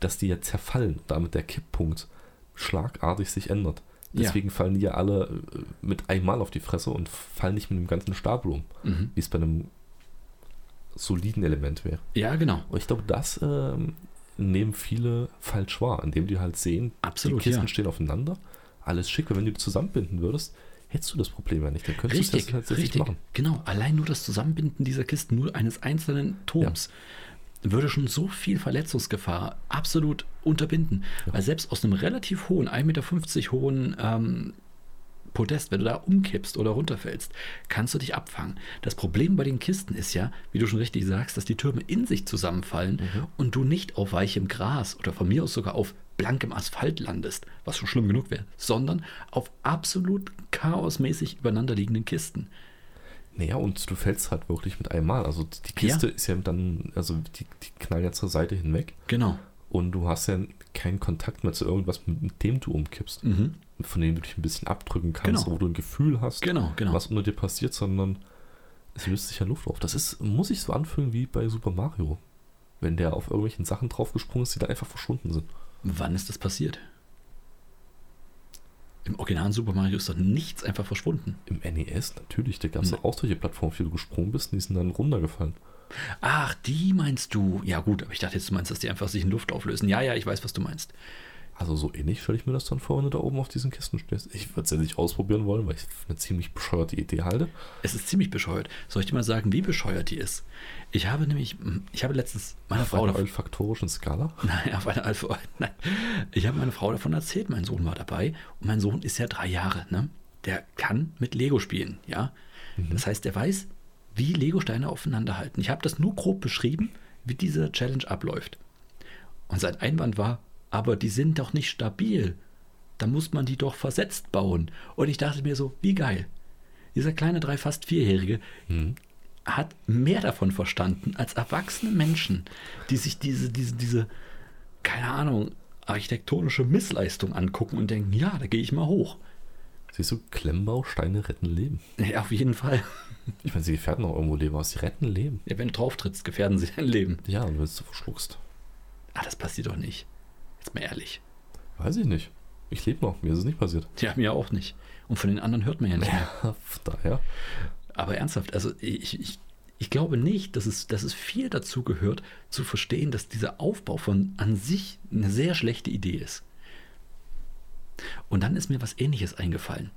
Speaker 2: dass die ja zerfallen und damit der Kipppunkt schlagartig sich ändert.
Speaker 1: Ja.
Speaker 2: Deswegen fallen die ja alle äh, mit einmal auf die Fresse und fallen nicht mit dem ganzen Stapel um,
Speaker 1: Mhm.
Speaker 2: wie es bei einem soliden Element wäre.
Speaker 1: Ja, genau.
Speaker 2: Und ich glaube, das ähm, nehmen viele falsch wahr, indem die halt sehen,
Speaker 1: Absolut,
Speaker 2: die Kisten
Speaker 1: ja.
Speaker 2: stehen aufeinander, alles schick, weil wenn du die zusammenbinden würdest, hättest du das Problem ja nicht. Dann könntest du das
Speaker 1: Richtig,
Speaker 2: halt jetzt nicht
Speaker 1: richtig.
Speaker 2: machen.
Speaker 1: Genau, allein nur das Zusammenbinden dieser Kisten, nur eines einzelnen Turms, würde schon so viel Verletzungsgefahr absolut unterbinden. Weil selbst aus einem relativ hohen, 1,50 Meter hohen ähm, Podest, wenn du da umkippst oder runterfällst, kannst du dich abfangen. Das Problem bei den Kisten ist ja, wie du schon richtig sagst, dass die Türme in sich zusammenfallen und du nicht auf weichem Gras oder von mir aus sogar auf blankem Asphalt landest, was schon schlimm genug wäre, sondern auf absolut chaosmäßig übereinanderliegenden Kisten.
Speaker 2: Naja, und du fällst halt wirklich mit einmal. Also die Kiste ist ja dann, also die, die knallen ja zur Seite hinweg
Speaker 1: Genau.
Speaker 2: und du hast ja keinen Kontakt mehr zu irgendwas, mit dem du umkippst.
Speaker 1: Mhm.
Speaker 2: Von dem du dich ein bisschen abdrücken kannst,
Speaker 1: Genau.
Speaker 2: wo du ein Gefühl hast,
Speaker 1: Genau, genau.
Speaker 2: was unter dir passiert, sondern es löst sich ja Luft auf. Das ist, muss ich so anfühlen wie bei Super Mario. Wenn der auf irgendwelchen Sachen draufgesprungen ist, die dann einfach verschwunden sind.
Speaker 1: Wann ist das passiert? Im originalen Super Mario ist doch nichts einfach verschwunden.
Speaker 2: Im NES natürlich, da gab
Speaker 1: Hm.
Speaker 2: es auch solche Plattformen, auf die du gesprungen bist, und die sind dann runtergefallen.
Speaker 1: Ach, die meinst du? Ja gut, aber ich dachte jetzt, du meinst, dass die einfach sich in Luft auflösen. Ja, ja, ich weiß, was du meinst.
Speaker 2: Also so ähnlich stelle ich mir das dann vor, wenn du da oben auf diesen Kisten stehst. Ich würde es ja nicht ausprobieren wollen, weil ich es für eine ziemlich bescheuerte Idee halte.
Speaker 1: Es ist ziemlich bescheuert. Soll ich dir mal sagen, wie bescheuert die ist? Ich habe nämlich, hm, ich habe letztens meiner
Speaker 2: Auf
Speaker 1: Frau
Speaker 2: einer
Speaker 1: davon
Speaker 2: olfaktorischen Skala.
Speaker 1: Nein, auf einer Alpha. Nein. Ich habe meine Frau davon erzählt, mein Sohn war dabei und mein Sohn ist ja drei Jahre, ne? Der kann mit Lego spielen, ja. Das heißt, er weiß, wie Lego-Steine aufeinander halten. Ich habe das nur grob beschrieben, wie diese Challenge abläuft. Und sein Einwand war, aber die sind doch nicht stabil. Da muss man die doch versetzt bauen. Und ich dachte mir so, wie geil. Dieser kleine drei, fast vierjährige hat mehr davon verstanden als erwachsene Menschen, die sich diese, diese, diese, keine Ahnung, architektonische Missleistung angucken und denken, ja, da gehe ich mal hoch.
Speaker 2: Siehst du, Klemmbausteine retten Leben.
Speaker 1: Ja, auf jeden Fall.
Speaker 2: Ich meine, sie gefährden auch irgendwo Leben, aber sie retten Leben.
Speaker 1: Ja, wenn du drauf trittst, gefährden sie dein Leben.
Speaker 2: Ja, und wenn du es verschluckst.
Speaker 1: Ah, das passiert doch nicht. Jetzt mal ehrlich.
Speaker 2: Weiß ich nicht. Ich lebe noch, mir ist es nicht passiert.
Speaker 1: Die haben ja auch nicht. Und von den anderen hört man ja nicht mehr.
Speaker 2: Von Daher.
Speaker 1: Aber ernsthaft, also ich, ich, ich glaube nicht, dass es, dass es viel dazu gehört, zu verstehen, dass dieser Aufbau von an sich eine sehr schlechte Idee ist. Und dann ist mir was ähnliches eingefallen.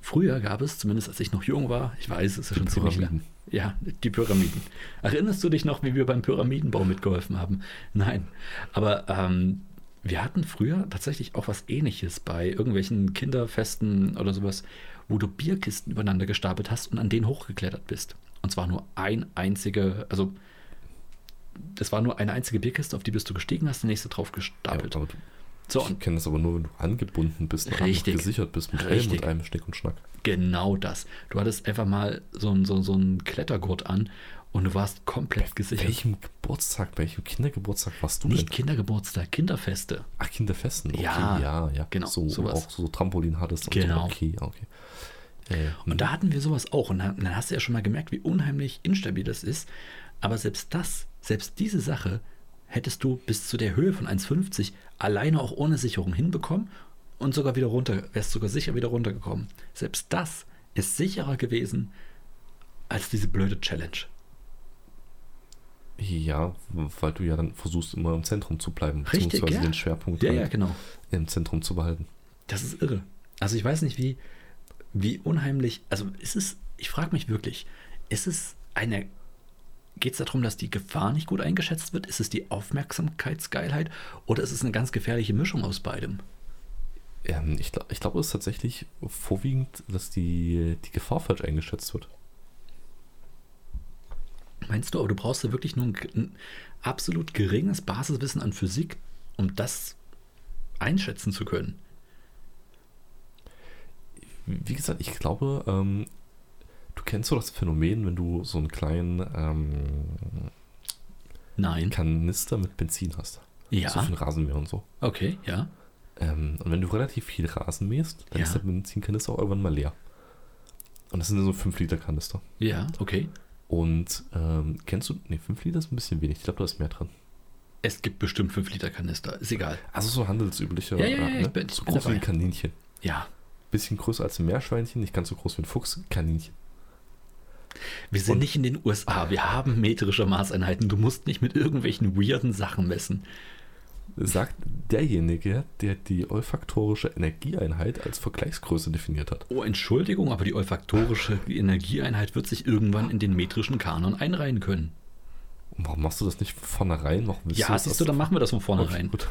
Speaker 1: Früher gab es, zumindest als ich noch jung war, ich weiß, es ist schon ziemlich lang.
Speaker 2: Pyramiden.
Speaker 1: Ja, die Pyramiden. Erinnerst du dich noch, wie wir beim Pyramidenbau mitgeholfen haben? Nein. Aber ähm, wir hatten früher tatsächlich auch was ähnliches bei irgendwelchen Kinderfesten oder sowas, wo du Bierkisten übereinander gestapelt hast und an denen hochgeklettert bist. Und zwar nur ein einzige, also das war nur eine einzige Bierkiste, auf die bist du gestiegen, hast die nächste drauf
Speaker 2: Ja,
Speaker 1: gestapelt.
Speaker 2: aber du,
Speaker 1: so,
Speaker 2: ich
Speaker 1: und
Speaker 2: kenne das aber nur, wenn du angebunden bist und
Speaker 1: Richtig.
Speaker 2: gesichert bist mit Helm
Speaker 1: Richtig.
Speaker 2: und einem Schnick und Schnack.
Speaker 1: Genau das. Du hattest einfach mal so einen so, so einen Klettergurt an und du warst komplett gesichert.
Speaker 2: Welchem Geburtstag, welchem Kindergeburtstag warst du
Speaker 1: Nicht
Speaker 2: denn?
Speaker 1: Kindergeburtstag, Kinderfeste.
Speaker 2: Ach, Kinderfesten. Okay,
Speaker 1: Ja,
Speaker 2: ja, ja.
Speaker 1: genau,
Speaker 2: So,
Speaker 1: sowas.
Speaker 2: auch so Trampolin hattest.
Speaker 1: Genau.
Speaker 2: Und so. Okay, ja, okay. Äh,
Speaker 1: Und da hatten wir sowas auch. Und dann, dann hast du ja schon mal gemerkt, wie unheimlich instabil das ist. Aber selbst das, selbst diese Sache hättest du bis zu der Höhe von 1,50 alleine auch ohne Sicherung hinbekommen und sogar wieder runter, wärst sogar sicher wieder runtergekommen. Selbst das ist sicherer gewesen als diese blöde Challenge.
Speaker 2: Ja, weil du ja dann versuchst, immer im Zentrum zu bleiben.
Speaker 1: Richtig,
Speaker 2: beziehungsweise
Speaker 1: ja.
Speaker 2: den Schwerpunkt
Speaker 1: Ja,
Speaker 2: halt
Speaker 1: ja, genau.
Speaker 2: im Zentrum zu behalten.
Speaker 1: Das ist irre. Also ich weiß nicht, wie, wie unheimlich. Also ist es, ich frage mich wirklich, ist es eine. Geht es darum, dass die Gefahr nicht gut eingeschätzt wird? Ist es die Aufmerksamkeitsgeilheit oder ist es eine ganz gefährliche Mischung aus beidem?
Speaker 2: Ähm, ich glaube, ich glaub, es ist tatsächlich vorwiegend, dass die, die Gefahr falsch eingeschätzt wird.
Speaker 1: Meinst du, aber du brauchst ja wirklich nur ein, g- ein absolut geringes Basiswissen an Physik, um das einschätzen zu können?
Speaker 2: Wie gesagt, ich glaube, ähm, du kennst so das Phänomen, wenn du so einen kleinen ähm,
Speaker 1: Nein.
Speaker 2: Kanister mit Benzin hast. So für
Speaker 1: Ja.
Speaker 2: den Rasenmäher und so.
Speaker 1: Okay, ja.
Speaker 2: Ähm, und wenn du relativ viel Rasen mähst, dann
Speaker 1: Ja.
Speaker 2: ist der Benzinkanister auch irgendwann mal leer. Und das sind so 5-Liter-Kanister.
Speaker 1: Ja, okay.
Speaker 2: Und ähm, kennst du, ne, 5 Liter ist ein bisschen wenig. Ich glaube, da ist mehr drin.
Speaker 1: Es gibt bestimmt 5 Liter Kanister. Ist egal.
Speaker 2: Also so handelsübliche.
Speaker 1: Ja, ja, ja,
Speaker 2: äh,
Speaker 1: ich bin- ich
Speaker 2: so
Speaker 1: bin
Speaker 2: groß wie ein
Speaker 1: dabei.
Speaker 2: Kaninchen.
Speaker 1: Ja.
Speaker 2: Bisschen größer als ein Meerschweinchen, nicht ganz so groß wie ein Fuchs, Kaninchen.
Speaker 1: Wir sind
Speaker 2: Und-
Speaker 1: nicht in den USA. Wir haben metrische Maßeinheiten. Du musst nicht mit irgendwelchen weirden Sachen messen.
Speaker 2: Sagt derjenige, der die olfaktorische Energieeinheit als Vergleichsgröße definiert hat.
Speaker 1: Oh, Entschuldigung, aber die olfaktorische Energieeinheit wird sich irgendwann in den metrischen Kanon einreihen können.
Speaker 2: Und warum machst du das nicht von vornherein? Warum willst
Speaker 1: ja,
Speaker 2: das
Speaker 1: siehst du,
Speaker 2: erst-
Speaker 1: dann machen wir das von vornherein.
Speaker 2: Gut.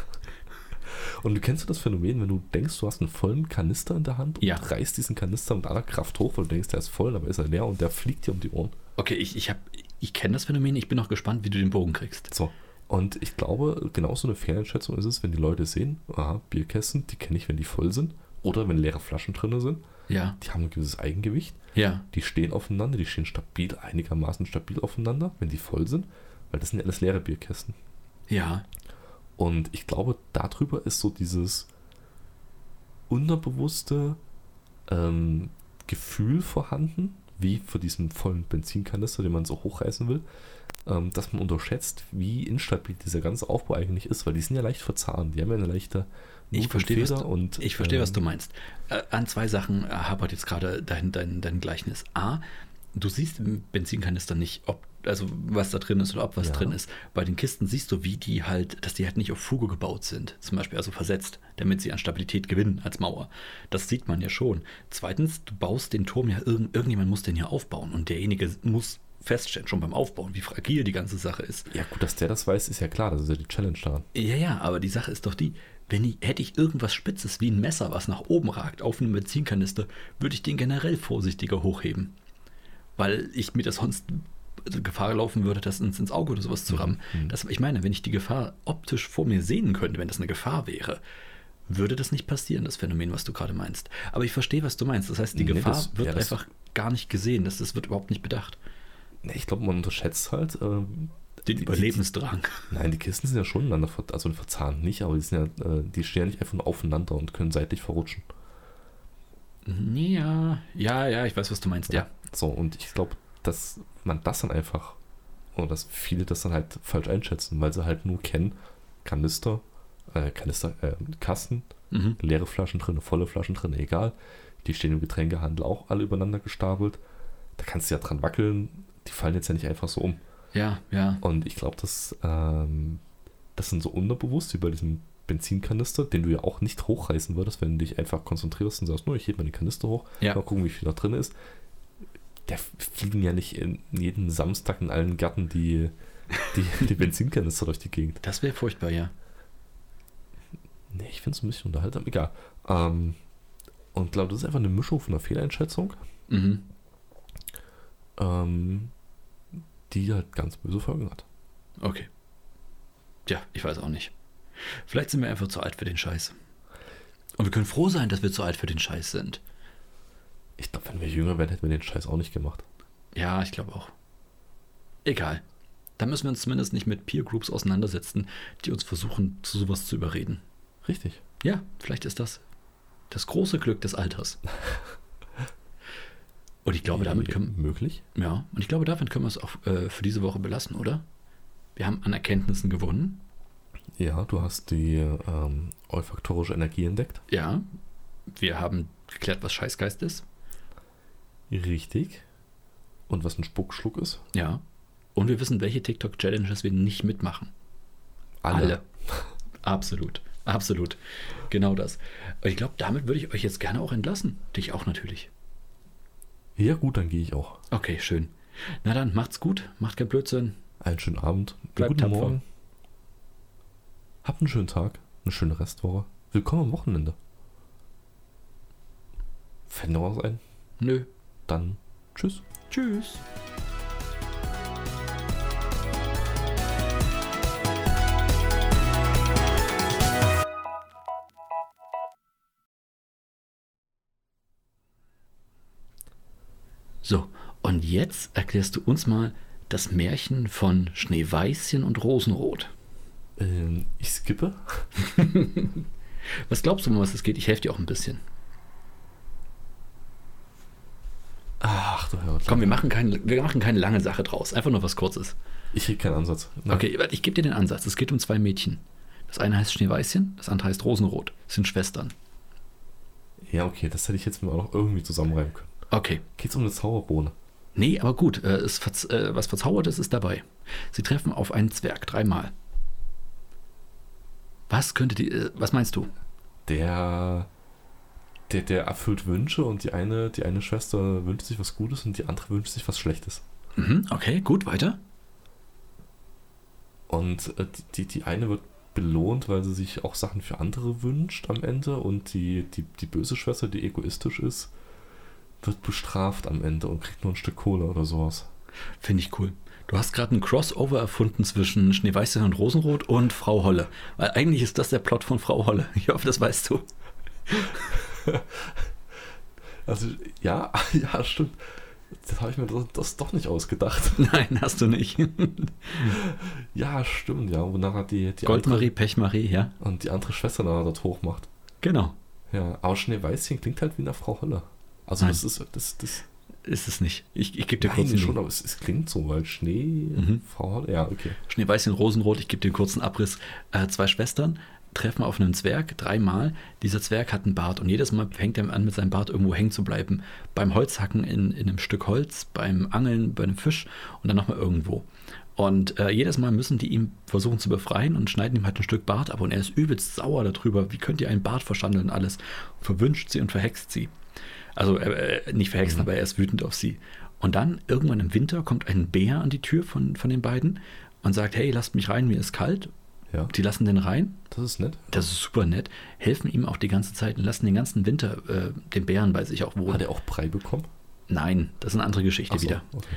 Speaker 2: Und du kennst du das Phänomen, wenn du denkst, du hast einen vollen Kanister in der Hand und
Speaker 1: Ja.
Speaker 2: reißt diesen Kanister mit aller Kraft hoch, weil du denkst, der ist voll, aber ist er leer und der fliegt dir um die Ohren.
Speaker 1: Okay, ich, ich, hab- ich kenne das Phänomen. Ich bin auch gespannt, wie du den Bogen kriegst.
Speaker 2: So. Und ich glaube, genauso eine Fehleinschätzung ist es, wenn die Leute sehen, aha, Bierkästen, die kenne ich, wenn die voll sind. Oder wenn leere Flaschen drin sind.
Speaker 1: Ja,
Speaker 2: Die haben ein gewisses Eigengewicht.
Speaker 1: ja.
Speaker 2: Die stehen aufeinander, die stehen stabil, einigermaßen stabil aufeinander, wenn die voll sind. Weil das sind ja alles leere Bierkästen.
Speaker 1: Ja,
Speaker 2: Und ich glaube, darüber ist so dieses unterbewusste ähm, Gefühl vorhanden, wie für diesen vollen Benzinkanister, den man so hochreißen will, ähm, dass man unterschätzt, wie instabil dieser ganze Aufbau eigentlich ist, weil die sind ja leicht verzahnt, die haben ja eine leichte
Speaker 1: Ich
Speaker 2: Nut-
Speaker 1: verstehe, was
Speaker 2: Feder
Speaker 1: du-
Speaker 2: und
Speaker 1: Ich verstehe, was du
Speaker 2: ähm,
Speaker 1: meinst. Äh, an zwei Sachen äh, hapert jetzt gerade dein, dein, dein Gleichnis. A, du siehst im Benzinkanister nicht, ob, also was da drin ist oder ob was
Speaker 2: Ja.
Speaker 1: drin ist. Bei den Kisten siehst du, wie die halt, dass die halt nicht auf Fuge gebaut sind, zum Beispiel, also versetzt, damit sie an Stabilität gewinnen als Mauer. Das sieht man ja schon. Zweitens, du baust den Turm ja, irgend, irgendjemand muss den ja aufbauen und derjenige muss feststellen, schon beim Aufbauen, wie fragil die ganze Sache ist.
Speaker 2: Ja, gut, dass der das weiß, ist ja klar, das ist ja die Challenge daran.
Speaker 1: Ja, ja, aber die Sache ist doch die, wenn ich, hätte ich irgendwas Spitzes wie ein Messer, was nach oben ragt, auf einem Benzinkanister, würde ich den generell vorsichtiger hochheben. Weil ich mir das sonst also Gefahr laufen würde, das ins, ins Auge oder
Speaker 2: Mhm.
Speaker 1: sowas zu rammen. Das, ich meine, wenn ich die Gefahr optisch vor mir sehen könnte, wenn das eine Gefahr wäre, würde das nicht passieren, das Phänomen, was du gerade meinst. Aber ich verstehe, was du meinst. Das heißt, die
Speaker 2: Nee,
Speaker 1: Gefahr
Speaker 2: das-
Speaker 1: wird
Speaker 2: ja, das-
Speaker 1: einfach gar nicht gesehen. Das, das wird überhaupt nicht bedacht.
Speaker 2: Ne, ich glaube, man unterschätzt halt. Äh,
Speaker 1: Den
Speaker 2: die-
Speaker 1: Überlebensdrang.
Speaker 2: Die, nein, die Kisten sind ja schon einander ver also verzahnt nicht, aber die sind ja, äh, die stehen ja nicht einfach nur aufeinander und können seitlich verrutschen.
Speaker 1: Ja, ja, ja, ich weiß, was du meinst. Ja,
Speaker 2: So, und ich glaube, dass man das dann einfach, oder dass viele das dann halt falsch einschätzen, weil sie halt nur kennen, Kanister, äh, Kanister, äh, Kassen,
Speaker 1: mhm.
Speaker 2: leere Flaschen drin, volle Flaschen drin, egal. Die stehen im Getränkehandel auch alle übereinander gestapelt. Da kannst du ja dran wackeln, die fallen jetzt ja nicht einfach so um.
Speaker 1: ja, ja.
Speaker 2: Und ich glaube, dass ähm, das sind so unterbewusst wie bei diesem Benzinkanister, den du ja auch nicht hochreißen würdest, wenn du dich einfach konzentrierst und sagst, nur ich hebe mal den Kanister hoch,
Speaker 1: Ja.
Speaker 2: mal gucken, wie viel noch drin ist. Der fliegen ja nicht in jeden Samstag in allen Gärten die, die, die Benzinkanister durch die Gegend.
Speaker 1: Das wäre furchtbar, ja.
Speaker 2: Nee, ich finde es ein bisschen unterhaltsam, egal. Ähm, und glaube, das ist einfach eine Mischung von einer Fehleinschätzung,
Speaker 1: Mhm.
Speaker 2: ähm, die halt ganz böse Folgen hat.
Speaker 1: Okay. Tja, ich weiß auch nicht. Vielleicht sind wir einfach zu alt für den Scheiß. Und wir können froh sein, dass wir zu alt für den Scheiß sind.
Speaker 2: Ich glaube, wenn wir jünger wären, hätten wir den Scheiß auch nicht gemacht.
Speaker 1: Ja, ich glaube auch. Egal. Da müssen wir uns zumindest nicht mit Peer Groups auseinandersetzen, die uns versuchen, zu sowas zu überreden.
Speaker 2: Richtig.
Speaker 1: Ja, vielleicht ist das das große Glück des Alters. Und ich glaube, damit können,
Speaker 2: möglich.
Speaker 1: ja, und ich glaube, damit können wir es auch äh, für diese Woche belassen, oder? Wir haben an Erkenntnissen gewonnen.
Speaker 2: Ja, du hast die ähm, olfaktorische Energie entdeckt.
Speaker 1: Ja, wir haben geklärt, was Scheißgeist ist.
Speaker 2: Richtig. Und was ein Spuckschluck ist?
Speaker 1: Ja. Und wir wissen, welche TikTok-Challenges wir nicht mitmachen. Absolut. Absolut. Genau das. Aber Ich glaube, damit würde ich euch jetzt gerne auch entlassen. Dich auch natürlich.
Speaker 2: Ja, gut, dann gehe ich auch.
Speaker 1: Okay, schön. Na dann, macht's gut. Macht keinen Blödsinn.
Speaker 2: Einen schönen Abend. einen
Speaker 1: Bleibt tapfer.
Speaker 2: Habt einen schönen Tag, eine schöne Restwoche. Willkommen am Wochenende. Fällt noch was ein?
Speaker 1: Nö.
Speaker 2: Dann tschüss.
Speaker 1: Tschüss. So, und jetzt erklärst du uns mal das Märchen von Schneeweißchen und Rosenrot.
Speaker 2: Ähm, ich skippe.
Speaker 1: Was glaubst du, um was es geht? Ich helfe dir auch ein bisschen.
Speaker 2: Ach du Herr.
Speaker 1: Komm, wir machen, kein, wir machen keine lange Sache draus. Einfach nur was Kurzes.
Speaker 2: Ich krieg keinen Ansatz. Na,
Speaker 1: Okay, warte, ich gebe dir den Ansatz. Es geht um zwei Mädchen. Das eine heißt Schneeweißchen, das andere heißt Rosenrot. Das sind Schwestern.
Speaker 2: Ja, okay, das hätte ich jetzt mir auch noch irgendwie zusammenreimen können.
Speaker 1: Okay.
Speaker 2: Geht's um eine Zauberbohne?
Speaker 1: Nee, aber gut, äh, es verz äh, was Verzaubertes ist dabei. Sie treffen auf einen Zwerg, dreimal. Was könnte die, äh, was meinst du?
Speaker 2: der, der, der erfüllt Wünsche und die eine, die eine Schwester wünscht sich was Gutes und die andere wünscht sich was Schlechtes.
Speaker 1: Mhm, okay, gut, weiter.
Speaker 2: Und äh, die- die, die eine wird belohnt, weil sie sich auch Sachen für andere wünscht am Ende und die, die, die böse Schwester, die egoistisch ist, wird bestraft am Ende und kriegt nur ein Stück Kohle oder sowas.
Speaker 1: Finde ich cool. Du hast gerade ein Crossover erfunden zwischen Schneeweißchen und Rosenrot und Frau Holle. Weil eigentlich ist das der Plot von Frau Holle. Ich hoffe, das weißt du.
Speaker 2: Also ja, ja, stimmt. Das habe ich mir das, das doch nicht ausgedacht.
Speaker 1: Nein, hast du nicht.
Speaker 2: Ja, stimmt, ja. Wonach hat die, die
Speaker 1: Goldmarie, Pechmarie, ja.
Speaker 2: andere und die andere Schwester dann dort hochmacht.
Speaker 1: Genau.
Speaker 2: Ja, aber Schneeweißchen klingt halt wie nach Frau Holle. Also
Speaker 1: Nein.
Speaker 2: das ist, das, das,
Speaker 1: Ist es nicht. Ich, ich gebe dir kurz
Speaker 2: nein,
Speaker 1: einen
Speaker 2: schon, aber es, es klingt so, weil Schnee,
Speaker 1: Mhm.
Speaker 2: Frau Holle, ja, okay.
Speaker 1: Schneeweißchen, Rosenrot, ich gebe dir einen kurzen Abriss. Äh, zwei Schwestern treffen auf einen Zwerg dreimal. Dieser Zwerg hat einen Bart und jedes Mal fängt er an, mit seinem Bart irgendwo hängen zu bleiben. Beim Holzhacken in, in einem Stück Holz, beim Angeln, bei einem Fisch und dann nochmal irgendwo. Und äh, jedes Mal müssen die ihn versuchen zu befreien und schneiden ihm halt ein Stück Bart ab. Und er ist übelst sauer darüber. Wie könnt ihr einen Bart verschandeln und alles? Verwünscht sie und verhext sie. Also äh, äh, nicht
Speaker 2: Mhm.
Speaker 1: verhexen, aber er ist wütend auf sie. Und dann irgendwann im Winter kommt ein Bär an die Tür von, von den beiden und sagt, hey, lasst mich rein, mir ist kalt.
Speaker 2: Ja,
Speaker 1: Die lassen den rein,
Speaker 2: das ist nett.
Speaker 1: das ist super nett, helfen ihm auch die ganze Zeit und lassen den ganzen Winter äh, den Bären bei sich auch wohnen.
Speaker 2: Hat er auch Brei bekommen?
Speaker 1: Nein, das ist eine andere Geschichte
Speaker 2: Ach so,
Speaker 1: wieder.
Speaker 2: Okay.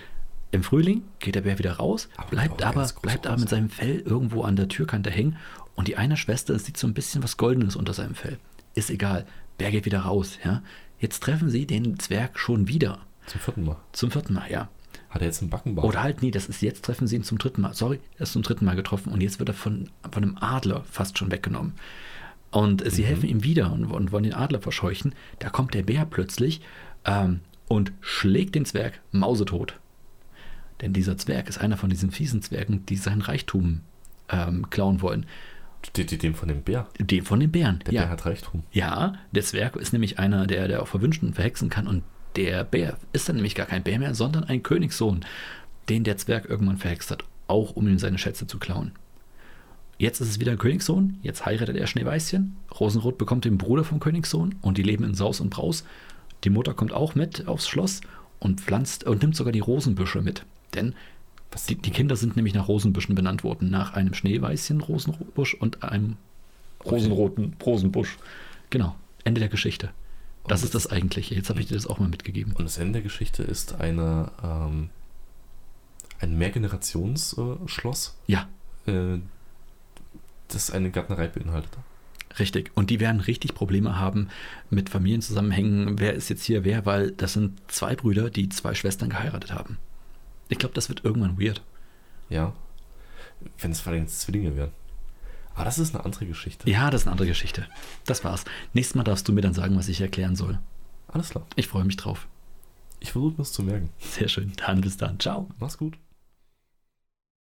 Speaker 1: Im Frühling geht der Bär wieder raus,
Speaker 2: Aber
Speaker 1: bleibt,
Speaker 2: doch
Speaker 1: aber,
Speaker 2: ganz groß
Speaker 1: bleibt aber
Speaker 2: raus.
Speaker 1: mit seinem Fell irgendwo an der Türkante hängen und die eine Schwester sieht so ein bisschen was Goldenes unter seinem Fell. Ist egal, Bär geht wieder raus. Ja? Jetzt treffen sie den Zwerg schon wieder.
Speaker 2: Zum vierten Mal.
Speaker 1: Zum vierten Mal, ja.
Speaker 2: Hat er jetzt einen Backenbart?
Speaker 1: Oder halt, nee, das ist jetzt treffen sie ihn zum dritten Mal. Sorry, er ist zum dritten Mal getroffen und jetzt wird er von, von einem Adler fast schon weggenommen. Und äh, sie
Speaker 2: Mhm.
Speaker 1: helfen ihm wieder und, und wollen den Adler verscheuchen. Da kommt der Bär plötzlich ähm, und schlägt den Zwerg mausetot. Denn dieser Zwerg ist einer von diesen fiesen Zwergen, die seinen Reichtum ähm, klauen wollen.
Speaker 2: Die, die, dem von dem Bär.
Speaker 1: Dem von den Bären.
Speaker 2: Der
Speaker 1: ja.
Speaker 2: Bär hat Reichtum.
Speaker 1: Ja, der Zwerg ist nämlich einer, der, der auch verwünschen und verhexen kann. Und der Bär ist dann nämlich gar kein Bär mehr, sondern ein Königssohn, den der Zwerg irgendwann verhext hat, auch um ihm seine Schätze zu klauen. Jetzt ist es wieder ein Königssohn, jetzt heiratet er Schneeweißchen, Rosenrot bekommt den Bruder vom Königssohn und die leben in Saus und Braus. Die Mutter kommt auch mit aufs Schloss und pflanzt und nimmt sogar die Rosenbüsche mit. Denn
Speaker 2: Was-
Speaker 1: die, die Kinder sind nämlich nach Rosenbüschen benannt worden, nach einem Schneeweißchen Rosenbusch und einem rosenroten Rosenbusch. Genau, Ende der Geschichte. Das ist das eigentliche. Jetzt habe ich dir das auch mal mitgegeben.
Speaker 2: Und das Ende der Geschichte ist eine, ähm, ein Mehrgenerationsschloss,
Speaker 1: Ja,
Speaker 2: äh, das eine Gärtnerei beinhaltet.
Speaker 1: richtig. Und die werden richtig Probleme haben mit Familienzusammenhängen. Wer ist jetzt hier wer? Weil das sind zwei Brüder, die zwei Schwestern geheiratet haben. Ich glaube, das wird irgendwann weird.
Speaker 2: Ja. Wenn es allerdings Zwillinge wären. Aber das ist eine andere Geschichte.
Speaker 1: Ja, das ist eine andere Geschichte. Das war's. Nächstes Mal darfst du mir dann sagen, was ich erklären soll.
Speaker 2: Alles klar.
Speaker 1: Ich freue mich drauf.
Speaker 2: Ich versuche mir das zu merken.
Speaker 1: Sehr schön. Dann bis dann. Ciao.
Speaker 2: Mach's gut.